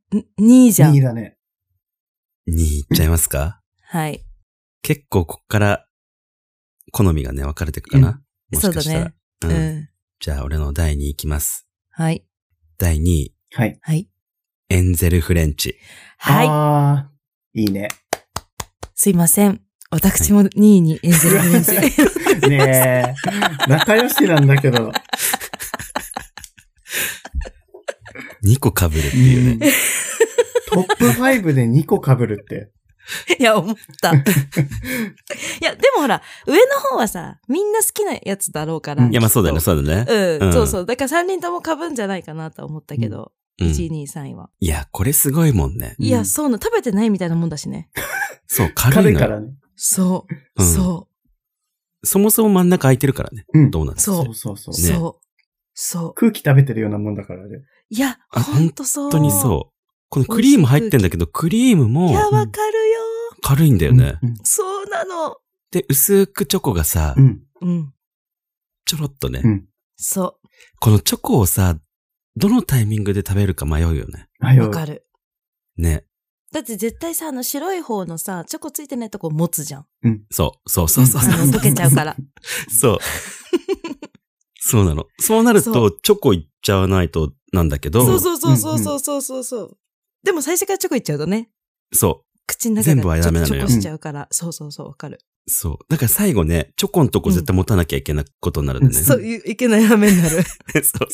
Speaker 2: 位じゃ
Speaker 4: 2位
Speaker 2: ん。
Speaker 4: だね。
Speaker 1: に行っちゃいますか
Speaker 2: はい。
Speaker 1: 結構こっから、好みがね、分かれてくかな。もしかしたら。
Speaker 2: う
Speaker 1: うん
Speaker 2: ん。
Speaker 1: じゃあ、俺の第2位いきます。
Speaker 2: はい。
Speaker 1: 第2位、
Speaker 4: はい。
Speaker 2: はい。
Speaker 1: エンゼルフレンチ。
Speaker 2: はい。
Speaker 4: あーいいね。
Speaker 2: すいません。私も2位にエンゼルフレンチ。
Speaker 4: ねえ。仲良しなんだけど。
Speaker 1: 2個被るっていうね。
Speaker 4: トップ5で2個被るって。
Speaker 2: いや、思 った。いや、でもほら、上の方はさ、みんな好きなやつだろうから。
Speaker 4: うん
Speaker 1: いや、まあそうだよね、そうだよね。
Speaker 2: うん、
Speaker 1: うん
Speaker 2: そうそう。だから3人とも被んじゃないかなと思ったけど、
Speaker 1: うん
Speaker 2: 1位、2位、3位は。
Speaker 1: いや、これすごいもんね。
Speaker 2: いや、
Speaker 4: うん
Speaker 2: そうな、食べてないみたいなもんだしね。
Speaker 1: そう、軽
Speaker 4: 軽
Speaker 1: い
Speaker 4: い
Speaker 1: の
Speaker 4: か
Speaker 1: よ。
Speaker 4: らね。
Speaker 2: そうう、
Speaker 1: ん
Speaker 2: そ
Speaker 1: そもそも真ん中空いてるからね。
Speaker 4: うん。
Speaker 1: ドーナツ。
Speaker 2: そう、
Speaker 4: そうそうそうう。
Speaker 1: ね
Speaker 2: そう、そう。
Speaker 4: 空気食べてるようなもんだからね。
Speaker 2: いや、
Speaker 1: あ
Speaker 2: ほんとそう。
Speaker 1: 本当にそう。このクリーム入ってんだけど、クリーム
Speaker 2: いや、
Speaker 1: も
Speaker 2: わかるよ。
Speaker 1: 軽いんだよね。
Speaker 4: うん。
Speaker 2: そうなの。
Speaker 1: で、薄くチョコがさ
Speaker 4: う、ん。
Speaker 2: うん、
Speaker 1: ちょろっとね
Speaker 4: うん。
Speaker 2: そ
Speaker 1: このチョコをさ、どのタイミングで食べるか迷うよね。
Speaker 4: は
Speaker 2: う、
Speaker 4: い
Speaker 2: わ
Speaker 4: よ。
Speaker 2: かる。
Speaker 1: ね。
Speaker 2: だって絶対さ、あの白い方のさ、チョコついてないとこ持つじゃん。
Speaker 1: そう、そうそうそう
Speaker 2: あ
Speaker 1: そう。
Speaker 2: の、溶けちゃうから。
Speaker 1: そう。そうなの。そうなる
Speaker 2: そ
Speaker 1: と、チョコいっちゃわないとなんだけど、
Speaker 2: そうそうそうそうそうそうそうそう、でも最初からチョコいっちゃうとね、
Speaker 1: そ
Speaker 2: 口の中
Speaker 1: 全部は
Speaker 2: がち
Speaker 1: ダ
Speaker 2: ょっ
Speaker 1: メ
Speaker 2: と
Speaker 1: な
Speaker 2: チ
Speaker 1: の
Speaker 2: ョ
Speaker 1: よ
Speaker 2: コしちゃうから、そうそうそう、わかる。
Speaker 1: う。そう。だから最後ね、チョコのとこ絶対持たなきゃいけないことになるんだよね。
Speaker 2: そういう、いけない雨になる。
Speaker 1: そうそう。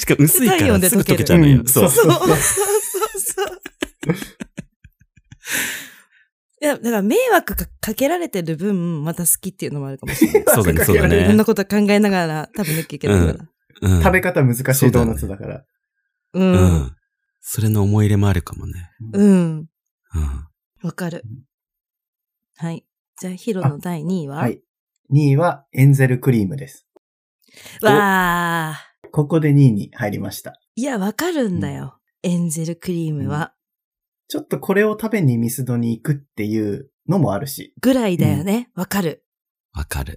Speaker 1: しかも薄いか
Speaker 2: 体温で
Speaker 1: らすぐ溶けちゃう
Speaker 4: 溶
Speaker 1: の
Speaker 4: ける
Speaker 1: よ。そう。
Speaker 2: そうそうそうそう。いや、だから迷惑かかけられてる分、また好きっていうのもあるかもしれない。
Speaker 1: そうだね、そうだ
Speaker 2: いろん
Speaker 1: ね
Speaker 2: な。こと考えながら食べなきゃいけないから。
Speaker 1: うん
Speaker 4: 食べ方難しいドーナツだから。
Speaker 2: う。
Speaker 1: うんん。それの思い入れもあるかもね。
Speaker 2: うん。
Speaker 1: うん。
Speaker 2: わ、かる
Speaker 4: うん。
Speaker 2: はい。じゃあ、ヒロの第2位は、
Speaker 4: はい。2位はエンゼルクリームです。
Speaker 2: わあ。
Speaker 4: ここで2位に入りました。
Speaker 2: いや、わかるんだよ。エンゼルクリームは。
Speaker 4: ちょっとこれを食べにミスドに行くっていうのもあるし。
Speaker 2: ぐらいだよね。わ、かる。
Speaker 1: わかる。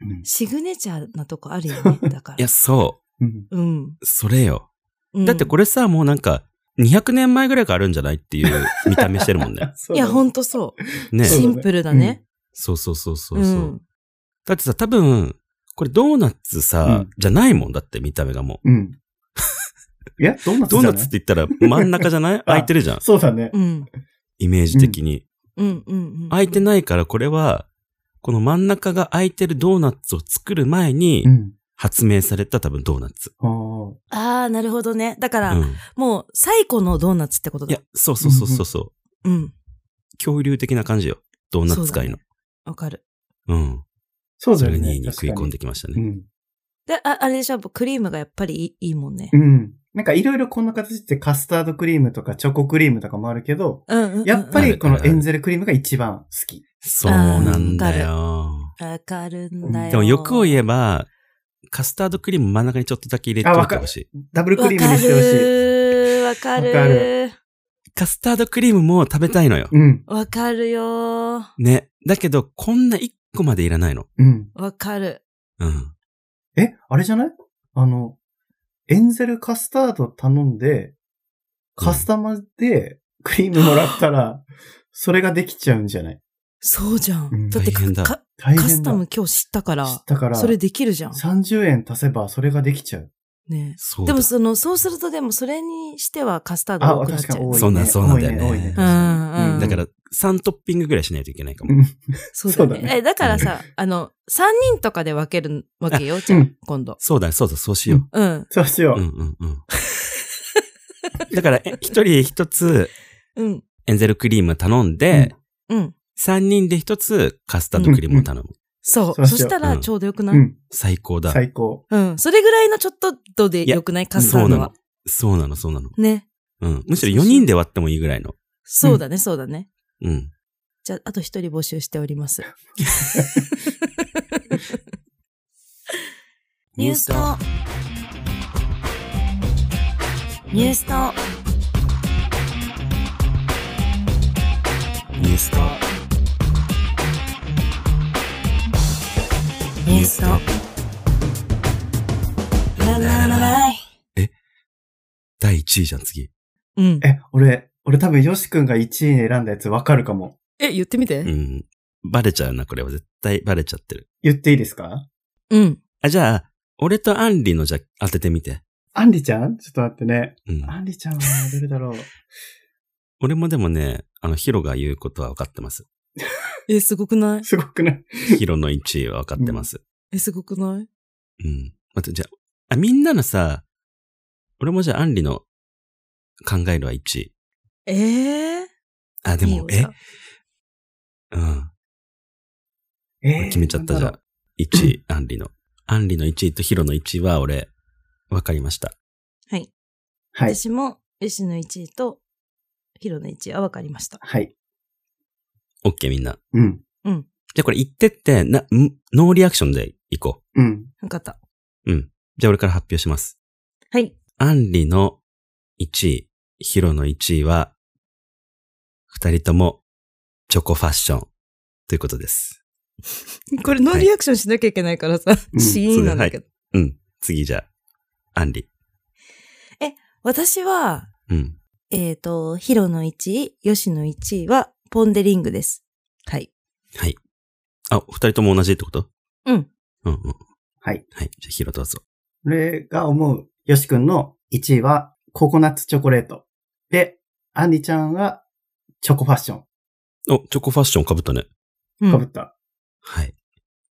Speaker 4: うん
Speaker 2: シグネチャーなとこあるよね。だから。
Speaker 1: いや、そ
Speaker 4: うん。。
Speaker 2: うん。
Speaker 1: う。それよ。
Speaker 2: うん。
Speaker 1: だってこれさ、もうなんか、200年前ぐらいからあるんじゃないっていう見た目してるもんね
Speaker 4: そう
Speaker 2: い
Speaker 4: だ
Speaker 2: や、
Speaker 4: ね
Speaker 2: ほんとそう。
Speaker 1: ね。
Speaker 2: シンプルだね。
Speaker 1: そうそうそうそううそう。
Speaker 2: ん。
Speaker 1: だってさ、多分、これドーナツさ、
Speaker 4: うん
Speaker 1: じゃないもんだって見た目がも
Speaker 4: うん。えドーナツ
Speaker 1: ドー
Speaker 4: じ
Speaker 1: ナ
Speaker 4: ゃな
Speaker 1: ツ
Speaker 4: い
Speaker 1: って言ったら真ん中じゃない空いてるじゃん。
Speaker 4: そうだね。
Speaker 2: うん。
Speaker 1: イメージ的に。
Speaker 2: うんうんうん。
Speaker 1: 空いてないからこれは、この真ん中が空いてるドーナツを作る前に
Speaker 4: うん。
Speaker 1: 発明された多分ドーナツ。
Speaker 4: あー
Speaker 2: ああ、なるほどね。だか
Speaker 1: う
Speaker 2: ら、
Speaker 1: ん。
Speaker 2: もう最古のドーナツってこと
Speaker 1: い
Speaker 2: だ
Speaker 1: や。、そうそうそうそうそう。
Speaker 2: うん。
Speaker 1: 恐竜的な感じよ。ドーナツ界の。
Speaker 2: わかる。
Speaker 1: うん。
Speaker 4: そう
Speaker 1: そ
Speaker 4: だよ
Speaker 1: れ
Speaker 4: ね。
Speaker 1: に食い込んできました
Speaker 4: 確か
Speaker 1: ね。
Speaker 4: に
Speaker 2: で、ああれでしょ、クリームがやっぱりいいいいもんね。
Speaker 4: うん。うん。なんかいろいろこんな形ってカスタードクリームとかチョコクリームとかもあるけど、
Speaker 2: うんうんうん。
Speaker 4: やっぱりこのエンゼルクリームが一番好き。
Speaker 1: そうなんだよ。
Speaker 2: わかるんだよ。
Speaker 1: でも欲を言えば、カスタードクリーム真ん中にちょっとだけ入れておいてほしい。
Speaker 4: ダブルク
Speaker 2: わ
Speaker 4: リーム
Speaker 2: か
Speaker 4: にしてほしい。
Speaker 2: る。わか
Speaker 4: わか
Speaker 2: る。
Speaker 1: カスタードクリームも食べたいのよ。
Speaker 4: うん。
Speaker 2: わかるよー。
Speaker 1: ね。だけど、こんな一個までいらないの。
Speaker 4: うん。
Speaker 2: わかる。
Speaker 1: うん。
Speaker 4: え、あれじゃないあの、エンゼルカスタード頼んで、カスタマでクリームもらったら、それができちゃうんじゃない
Speaker 2: そうじゃん。
Speaker 4: うん
Speaker 2: だってか
Speaker 1: 大変だ
Speaker 2: か
Speaker 4: 大変だ。
Speaker 2: カスタム今日知ったから、
Speaker 4: 知ったから、
Speaker 2: それできるじゃん。
Speaker 4: 30円足せばそれができちゃう。
Speaker 2: ね
Speaker 1: そう
Speaker 2: で
Speaker 1: だ。
Speaker 2: もその、そうするとでもそれにしてはカスタード
Speaker 4: あ、
Speaker 2: が多くなっ
Speaker 4: 確
Speaker 2: ちゃ
Speaker 4: か
Speaker 2: う。
Speaker 4: 多いね。
Speaker 1: そうなんそうなんだよね
Speaker 4: 多い多い
Speaker 1: うん
Speaker 2: うんうん
Speaker 1: だから、3トッピングぐらいしないといけないか
Speaker 4: う
Speaker 1: も。
Speaker 4: ん
Speaker 2: そう
Speaker 4: そう
Speaker 2: だ
Speaker 4: だ
Speaker 2: よ
Speaker 4: ね
Speaker 2: ね。え、だからさ、あの、3人とかで分けるわけよ、じゃ
Speaker 4: うんん、
Speaker 2: 今度。
Speaker 1: そうだ、そうだ、そうしよ
Speaker 2: うん。
Speaker 4: そうしよ
Speaker 1: う。うんうんうん。だから、え一人一つ、
Speaker 2: うん。
Speaker 1: エンゼルクリーム頼んで、
Speaker 2: うん。
Speaker 1: 三人で一つ、カスタードクリームを頼む。
Speaker 2: そう。
Speaker 4: そ
Speaker 2: そう
Speaker 4: しよう
Speaker 2: した
Speaker 1: う
Speaker 2: ら
Speaker 1: ん
Speaker 2: ちょうどよく
Speaker 4: う。
Speaker 2: な
Speaker 4: う
Speaker 2: い
Speaker 4: ん。
Speaker 1: 最高だ。
Speaker 4: 最高。
Speaker 2: うん。それぐらいのちょっと度でよくないカスタ
Speaker 1: そ
Speaker 2: ー
Speaker 1: う
Speaker 2: ド
Speaker 1: なの
Speaker 2: は。。
Speaker 1: そうなの、そうなの。
Speaker 2: ね。
Speaker 1: うん。むしろ4人で割ってもいいぐらいの。
Speaker 2: そうだね、そうだね。
Speaker 1: うん。
Speaker 2: じゃあ、あと一人募集しております。ニュースと、ニュースと、
Speaker 1: ニュースと、
Speaker 2: ニュースと、ラララライ。
Speaker 1: 第1位じゃん、次。
Speaker 2: うん。
Speaker 4: え、俺、俺多分ヨシ君が1位に選んだやつわかるかも。
Speaker 2: え、言ってみて
Speaker 1: う。ん。バレちゃうな、これは。絶対バレちゃってる。
Speaker 4: 言っていいですか
Speaker 2: うん。
Speaker 1: あ、じゃあ、俺とアンリのじゃ、当ててみて。
Speaker 4: アンリちゃんちょっと待ってね。
Speaker 1: うん。
Speaker 4: アンリちゃんはどれだろう。
Speaker 1: 俺もでもね、あの、ヒロが言うことは分かってます。
Speaker 2: え、すごくない
Speaker 4: すごくない
Speaker 1: ヒロの1位は分かってます。
Speaker 2: え、すごくない
Speaker 1: うん。待って、じゃあ、あ、みんなのさ、俺もじゃあ、アンリの考えるは1位。
Speaker 2: ええ
Speaker 1: あ、で
Speaker 2: いい
Speaker 1: も
Speaker 2: よ、
Speaker 1: え
Speaker 2: じゃあ
Speaker 1: うん。
Speaker 4: えー
Speaker 1: 決めちゃったじゃ
Speaker 4: なん
Speaker 1: あ
Speaker 4: だろう。
Speaker 1: 1位、アンリの。アンリの1位とヒロの1位は俺、分かりました。
Speaker 2: はい。
Speaker 4: はい。
Speaker 2: 私も、吉の1位と、ヒロの1位は分かりました。
Speaker 4: はい。
Speaker 1: オッケーみんな。
Speaker 4: うん。
Speaker 1: じゃあこれ言ってって、な、んノーリアクションでいこう。
Speaker 4: うん。
Speaker 2: 分かった。
Speaker 1: じゃあ俺から発表します。
Speaker 2: はい。
Speaker 1: アンリの1位、ヒロの1位は、二人ともチョコファッションということです。
Speaker 2: これ、ノーリアクションしなきゃいけないからさ、
Speaker 4: うん
Speaker 2: シーンなんだけど。
Speaker 1: うん。次じゃあ、アンリ。
Speaker 2: 私は、
Speaker 1: うん。
Speaker 2: えっ、と、ヒロの1位、ヨシの1位は、ポンデリングです。はい。
Speaker 1: はい。あ、二人とも同じってこと
Speaker 2: うん。
Speaker 1: うんうん。
Speaker 4: はい。
Speaker 1: はい。じゃあヒロどうぞ。
Speaker 4: 俺が思うヨシ君の1位はココナッツチョコレート。で、アンリちゃんはチョコファッション。
Speaker 1: お、チョコファッション被ったね。
Speaker 2: うん
Speaker 4: かぶった。
Speaker 1: はい。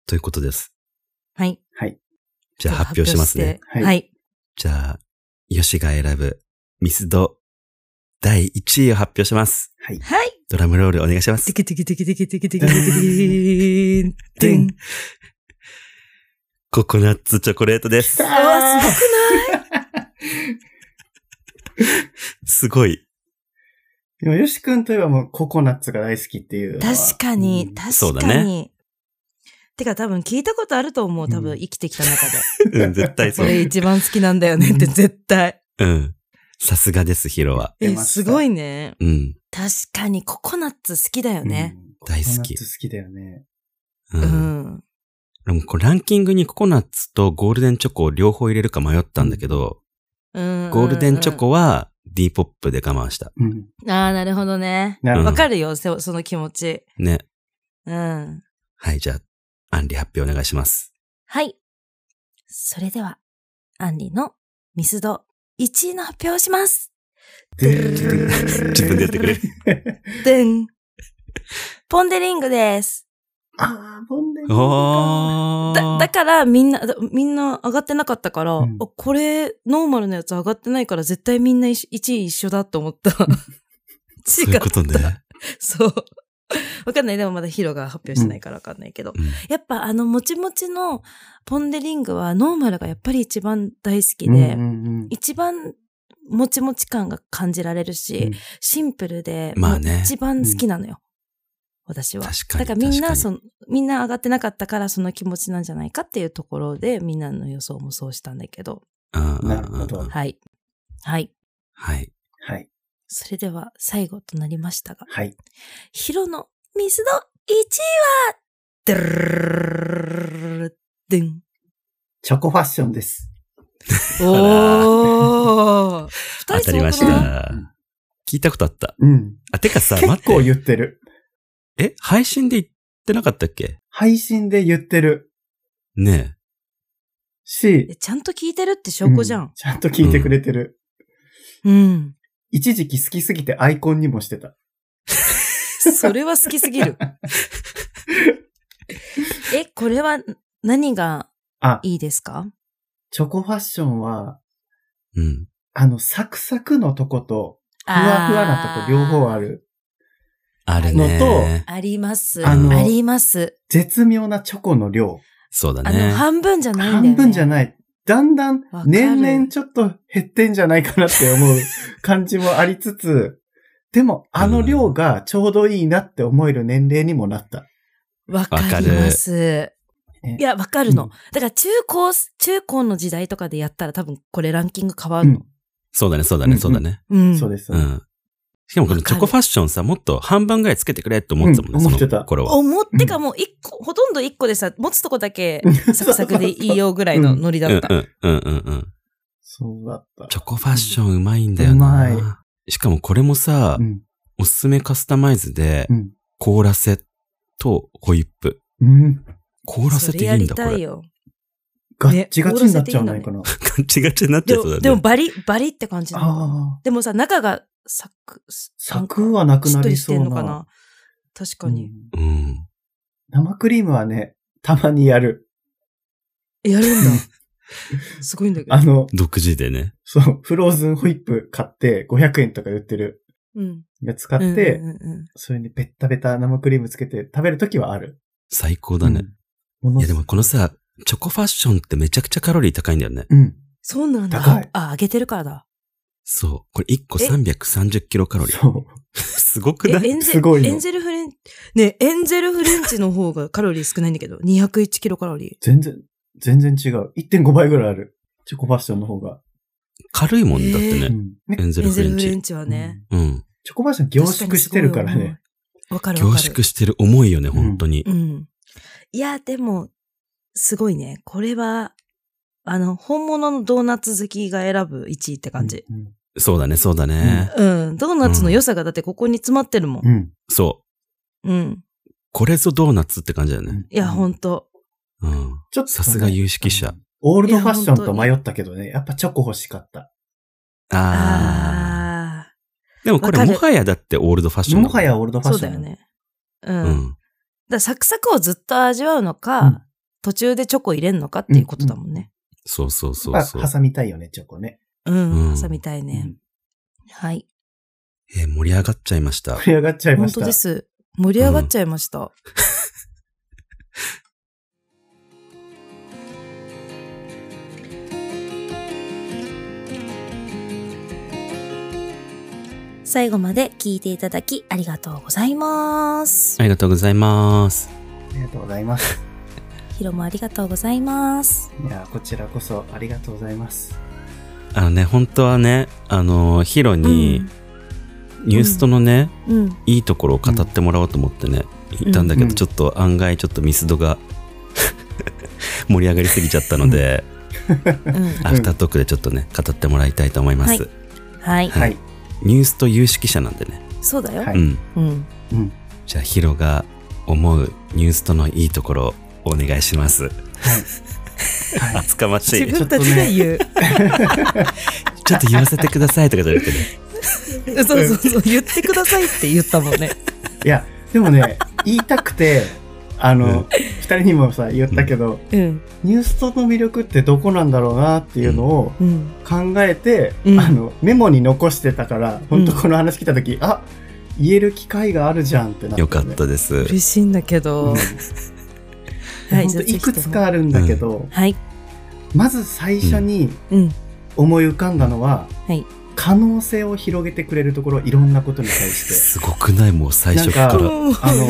Speaker 1: ということです。
Speaker 2: はい。
Speaker 4: はい。
Speaker 1: じゃあ発表しますね。
Speaker 2: は。
Speaker 4: はいい
Speaker 2: はい。
Speaker 1: じゃあ、ヨシが選ぶミスド第1位を発表します。
Speaker 4: はい。
Speaker 1: ドラムロールお願いします
Speaker 2: テ。キテキテキテキテキテキテキテキテン。
Speaker 1: ココナッツチョコレートです。
Speaker 2: うわ、すごくない
Speaker 1: すごい。
Speaker 4: でもヨシ君といえばもうココナッツが大好きっていうのは。
Speaker 2: 確かに、
Speaker 4: うん
Speaker 1: そう
Speaker 2: 確
Speaker 1: だ
Speaker 2: かに。
Speaker 1: ね
Speaker 2: てか多分聞いたことあると思う。多分生きてきた中で。
Speaker 1: うん、絶対そ
Speaker 2: こ
Speaker 1: う。
Speaker 2: れ一番好きなんだよねって絶対。
Speaker 1: うん。さすがです、ヒロは。
Speaker 4: 出
Speaker 2: え、
Speaker 4: ました
Speaker 2: すごいね。
Speaker 1: うん。
Speaker 2: 確かにココナッツ好きだよね。
Speaker 4: うん
Speaker 1: 大好き
Speaker 4: ココナッツ好きだよね。
Speaker 1: う。
Speaker 2: うんん。
Speaker 1: でもこうランキングにココナッツとゴールデンチョコを両方入れるか迷ったんだけど、
Speaker 2: うん
Speaker 1: ゴールデンチョ。コは D ポップで我慢した。
Speaker 4: うん。
Speaker 2: ああ、なるほどね。
Speaker 4: なるほ
Speaker 2: わ
Speaker 4: ど。
Speaker 2: かるよ、そその気持ち。
Speaker 1: ね。
Speaker 2: うん。
Speaker 1: はい、じゃあ、アンリ発表お願いします。
Speaker 2: はい。それでは、アンリのミスド1位の発表をします。
Speaker 1: 自分でやってくれる。
Speaker 2: でん。ポンデリングです。
Speaker 4: ああ、ボンデリングか。
Speaker 1: あ
Speaker 2: だ、だからみんな、だみんな上がってなかったから、
Speaker 4: うん
Speaker 2: あこれ、ノーマルのやつ上がってないから絶対みんな1位一緒だと思った。
Speaker 1: そう
Speaker 2: 違
Speaker 1: いう
Speaker 2: う。
Speaker 1: ことね。
Speaker 2: そう。わかんない。でもまだヒロが発表してないからわかんないけど。
Speaker 1: うん
Speaker 2: やっぱあの、もちもちのポンデリングはノーマルがやっぱり一番大好きで、
Speaker 4: うんうんうん
Speaker 2: 一番もちもち感が感じられるし、
Speaker 4: うん
Speaker 2: シンプルで、
Speaker 1: まあね
Speaker 2: もう一番好きなのよ。私は。
Speaker 1: 確かに
Speaker 2: だからみん
Speaker 1: 確か
Speaker 2: な、
Speaker 1: に
Speaker 2: その、みんな上がってなかったからその気持ちなんじゃないかっていうところで、みんなの予想もそうしたんだけど。
Speaker 1: あー
Speaker 4: なるほど
Speaker 2: はい。はい。
Speaker 1: はい。
Speaker 4: はい、
Speaker 2: それでは最後となりましたが、
Speaker 4: はい。
Speaker 2: ヒロの水の1位は、でるでん。
Speaker 4: チョコファッションです。
Speaker 2: おー。二
Speaker 1: 当
Speaker 2: 人
Speaker 1: た
Speaker 2: す
Speaker 1: り
Speaker 2: ご
Speaker 1: ま
Speaker 2: く
Speaker 1: し
Speaker 2: ない
Speaker 1: た。聞いたことあった。
Speaker 4: うん。
Speaker 1: あ、てかさ、
Speaker 4: 結
Speaker 1: 待
Speaker 4: 構
Speaker 1: って。
Speaker 4: 言ってる。
Speaker 1: え、配信で言ってなかったっけ
Speaker 4: 配信で言ってる
Speaker 1: ね
Speaker 2: え
Speaker 4: し、
Speaker 2: ちゃんと聞いてるって証拠じゃ。
Speaker 4: うんちゃんと聞いてくれてる。
Speaker 2: うん。
Speaker 4: 一時期好きすぎてアイコンにもしてた。
Speaker 2: それは好きすぎる。 え、これは何が
Speaker 4: あ、
Speaker 2: いいですか
Speaker 4: チョコファッションは、
Speaker 1: え。うん。
Speaker 4: あの、サクサクのとこと、ふわふわなとこ両方あ。る。
Speaker 1: あるね。
Speaker 2: あーあります。あ
Speaker 4: あ
Speaker 1: の
Speaker 2: ります。
Speaker 4: 絶妙なチョコの量。
Speaker 1: そうだ
Speaker 2: あ
Speaker 1: ね
Speaker 2: の、。半分じゃないんだよ、ね。
Speaker 4: 半分じゃない。だんだん
Speaker 2: わかる
Speaker 4: 年々ちょっと減ってんじゃないかなって思う感じもありつつ、 でもあの量がちょうどいいなって思える年齢にもなった。
Speaker 2: わかります。
Speaker 4: ね
Speaker 2: いや、わかるの。
Speaker 4: うん
Speaker 2: だから中高、中高の時代とかでやったら多分これランキング変わ
Speaker 4: う
Speaker 2: るの
Speaker 4: ん。。
Speaker 1: そうだね、そうだ
Speaker 4: うんう
Speaker 1: ね、
Speaker 4: ん
Speaker 1: そうだね。
Speaker 2: うん。
Speaker 4: そうです。そう
Speaker 1: う
Speaker 4: です
Speaker 1: ん。しかもこのチョコファッションさ、もっと半分ぐらいつけてくれって思ってたもんね、
Speaker 4: うん
Speaker 1: その
Speaker 4: 思ってた
Speaker 1: 頃は。
Speaker 2: 思ってかもう一個、ほとんど一個でさ、持つとこだけサクサクでいいよぐらいのノリ
Speaker 1: う
Speaker 2: だ
Speaker 1: んう
Speaker 2: っ
Speaker 1: ん
Speaker 2: た。
Speaker 1: うんうんうん。
Speaker 4: そうだった。
Speaker 1: チョコファッションうまいんだよな。
Speaker 4: うま
Speaker 1: しかもこれもさ、
Speaker 4: うん。
Speaker 1: おすすめカスタマイズで
Speaker 4: う、ん。
Speaker 1: 凍らせとホイップ。
Speaker 4: うん。
Speaker 1: 凍らせていいんだ、
Speaker 2: そ
Speaker 1: こ
Speaker 2: れやりたい
Speaker 1: れ。
Speaker 2: よ。
Speaker 4: ガッチガチになっちゃわないかな。
Speaker 1: ガチガチになっち
Speaker 2: で
Speaker 1: ゃいそうだ
Speaker 2: も、
Speaker 1: ね。
Speaker 2: でもバリ、バリって感じなのかな
Speaker 4: ああ。
Speaker 2: でもさ、中がサク、
Speaker 4: サクはなく
Speaker 2: し
Speaker 4: な
Speaker 2: っとり
Speaker 4: り
Speaker 2: し
Speaker 4: そ
Speaker 2: て
Speaker 4: うんな。
Speaker 2: のかな。確か
Speaker 4: う
Speaker 2: に。
Speaker 4: ん
Speaker 1: うん。
Speaker 4: 生クリームはね、たまにやる。
Speaker 2: えや るんだ。すごいんだけど
Speaker 4: あ。の、
Speaker 1: 独自でね。
Speaker 4: そう、フローズンホイップ買って500円とか売ってる
Speaker 2: うん。
Speaker 4: やつ買
Speaker 2: うんう
Speaker 4: っ
Speaker 2: ん
Speaker 4: て、
Speaker 2: うんうん
Speaker 4: それにベッタベタ生クリームつけて食べるときはある。
Speaker 1: 最高だね。
Speaker 4: うん。もの
Speaker 1: いやでもこのさ、チョコファッションってめちゃくちゃカロリー高いんだよね。
Speaker 4: うん。
Speaker 2: そうなんだ。
Speaker 4: 高い
Speaker 2: あ、あげてるからだ。
Speaker 1: そう。これ1個
Speaker 2: え
Speaker 1: 330キロカロリー。
Speaker 4: そ
Speaker 1: すごく
Speaker 2: え、
Speaker 1: ない
Speaker 2: エンゼ
Speaker 4: すごい
Speaker 2: ル、
Speaker 4: の
Speaker 2: エンゼルフレン、ね、エンゼルフレンチの方がカロリー少ないんだけど、201キロカロリー
Speaker 4: う。。全然、全然違う。1.5倍ぐらいある。チョコファッションの方が。
Speaker 1: 軽いもんだって
Speaker 2: え
Speaker 1: ね。
Speaker 4: ん。ね
Speaker 1: エンゼ
Speaker 2: エ
Speaker 1: ル
Speaker 2: ン
Speaker 1: フ
Speaker 2: ゼ
Speaker 1: レ
Speaker 2: ル
Speaker 1: ン
Speaker 2: フレ
Speaker 1: チ
Speaker 2: ン。チはね。
Speaker 1: うん。
Speaker 4: チョコファッション凝縮してるからね。
Speaker 2: 確かにすごい重い。わかるわ
Speaker 1: 凝
Speaker 2: かる。
Speaker 1: 縮してる。重いよね、
Speaker 4: ん
Speaker 1: 本当に
Speaker 2: う。ん。いや、でも、すごいね。これは、あの、本物のドーナツ好きが選ぶ1位って感じ。
Speaker 4: うん。
Speaker 1: そうだね、そうだね。
Speaker 2: うん。ドーナツの良さがだってここに詰まってるも。
Speaker 4: うんん。
Speaker 1: そう。
Speaker 2: うん。
Speaker 1: これぞドーナツって感じだよ
Speaker 4: うん
Speaker 1: ね。
Speaker 2: いや、ほんと。
Speaker 1: うん。
Speaker 4: ちょっとね
Speaker 1: さすが有識者。
Speaker 4: オールドファッションと迷ったけどね、やっぱチョコ欲しかった。
Speaker 1: あ
Speaker 2: あ
Speaker 1: ー。でもこ
Speaker 2: わかる
Speaker 1: れもはやだってオールドファッションだ
Speaker 4: も
Speaker 1: ん
Speaker 4: はやオールド
Speaker 2: あ。
Speaker 4: ファ
Speaker 2: そ
Speaker 4: ッ
Speaker 2: う
Speaker 4: ショ
Speaker 2: だ
Speaker 4: ン。
Speaker 2: よね。うん。
Speaker 1: う
Speaker 2: だか
Speaker 1: ん。
Speaker 2: らサクサクをずっと味わうのか、
Speaker 4: うん
Speaker 2: 途中でチョコ入れんのかっていうことだもんね。
Speaker 1: そうそうそ
Speaker 4: や
Speaker 1: う
Speaker 4: っ
Speaker 1: そ
Speaker 4: ぱ
Speaker 1: う。
Speaker 4: 挟みたいよね、チョコね。
Speaker 2: うん。
Speaker 1: うん
Speaker 2: 挟みたいね。はい。
Speaker 1: えー盛り上がっちゃいました
Speaker 4: 盛。り上がっちゃいま
Speaker 2: 本
Speaker 4: した。
Speaker 2: 当です。盛り上がっちゃいました。 最後まで聞いていただきありがとうございます。
Speaker 1: ありがとうございます。
Speaker 4: ありがとうございます。
Speaker 2: ヒロもありがとうございます。
Speaker 4: いや、こちらこそありがとうございます。
Speaker 1: あのね、本当はね、あのー、ヒロに、ニュースとのね、
Speaker 2: うん、うん、
Speaker 1: いいところを語ってもらおうと思ってね、言ったんだけ
Speaker 4: う
Speaker 1: ど、
Speaker 4: ん
Speaker 1: ちょっと案外ちょっとミスドが 盛り上がりすぎちゃったので、
Speaker 2: うん
Speaker 1: アフタートークでちょっとね、語ってもらいたいと思います。
Speaker 2: ははい、
Speaker 4: はい。
Speaker 1: ニュースと有識者なんでね、
Speaker 2: そうだよ。
Speaker 4: は
Speaker 1: う
Speaker 4: い
Speaker 1: ん。
Speaker 2: うん、
Speaker 4: うん。
Speaker 1: じゃあヒロが思うニュースとのいいところをお願いします。
Speaker 4: はい。はい。
Speaker 1: 厚かまし
Speaker 2: 自
Speaker 1: い。
Speaker 2: 分たちで言う。
Speaker 1: ちょっと言わせてくださいとかじゃなくて ね。
Speaker 2: そうそうそう、言ってくださいって言ったもんね。
Speaker 4: いや、でもね、言いたくて、あ
Speaker 1: う
Speaker 4: の
Speaker 1: ん、
Speaker 4: 二人にもさ、言ったけど、
Speaker 2: うん、
Speaker 4: ニュースとの魅力ってどこなんだろうなっていうのを
Speaker 2: うん。
Speaker 4: 考えて、
Speaker 2: うん
Speaker 4: あの、メモに残してたから、本当
Speaker 2: うん
Speaker 4: この話来た時、あ、言える機会があるじゃんってなった、ね。
Speaker 1: よかったです。
Speaker 2: 嬉しいんだけど。
Speaker 4: は、
Speaker 2: はいい、
Speaker 4: ほん
Speaker 2: じゃあぜ
Speaker 4: とい
Speaker 2: ひ
Speaker 4: く
Speaker 2: とも
Speaker 4: つか。あるんだけど、
Speaker 2: はい、
Speaker 4: まず最初に
Speaker 2: うん、
Speaker 4: 思い浮かんだのは、
Speaker 2: はい
Speaker 4: 可能性を広げてくれるところ、いろんなことに対 して。
Speaker 1: すごくないもう最初か
Speaker 4: あ
Speaker 1: ら。
Speaker 2: もう
Speaker 4: あの、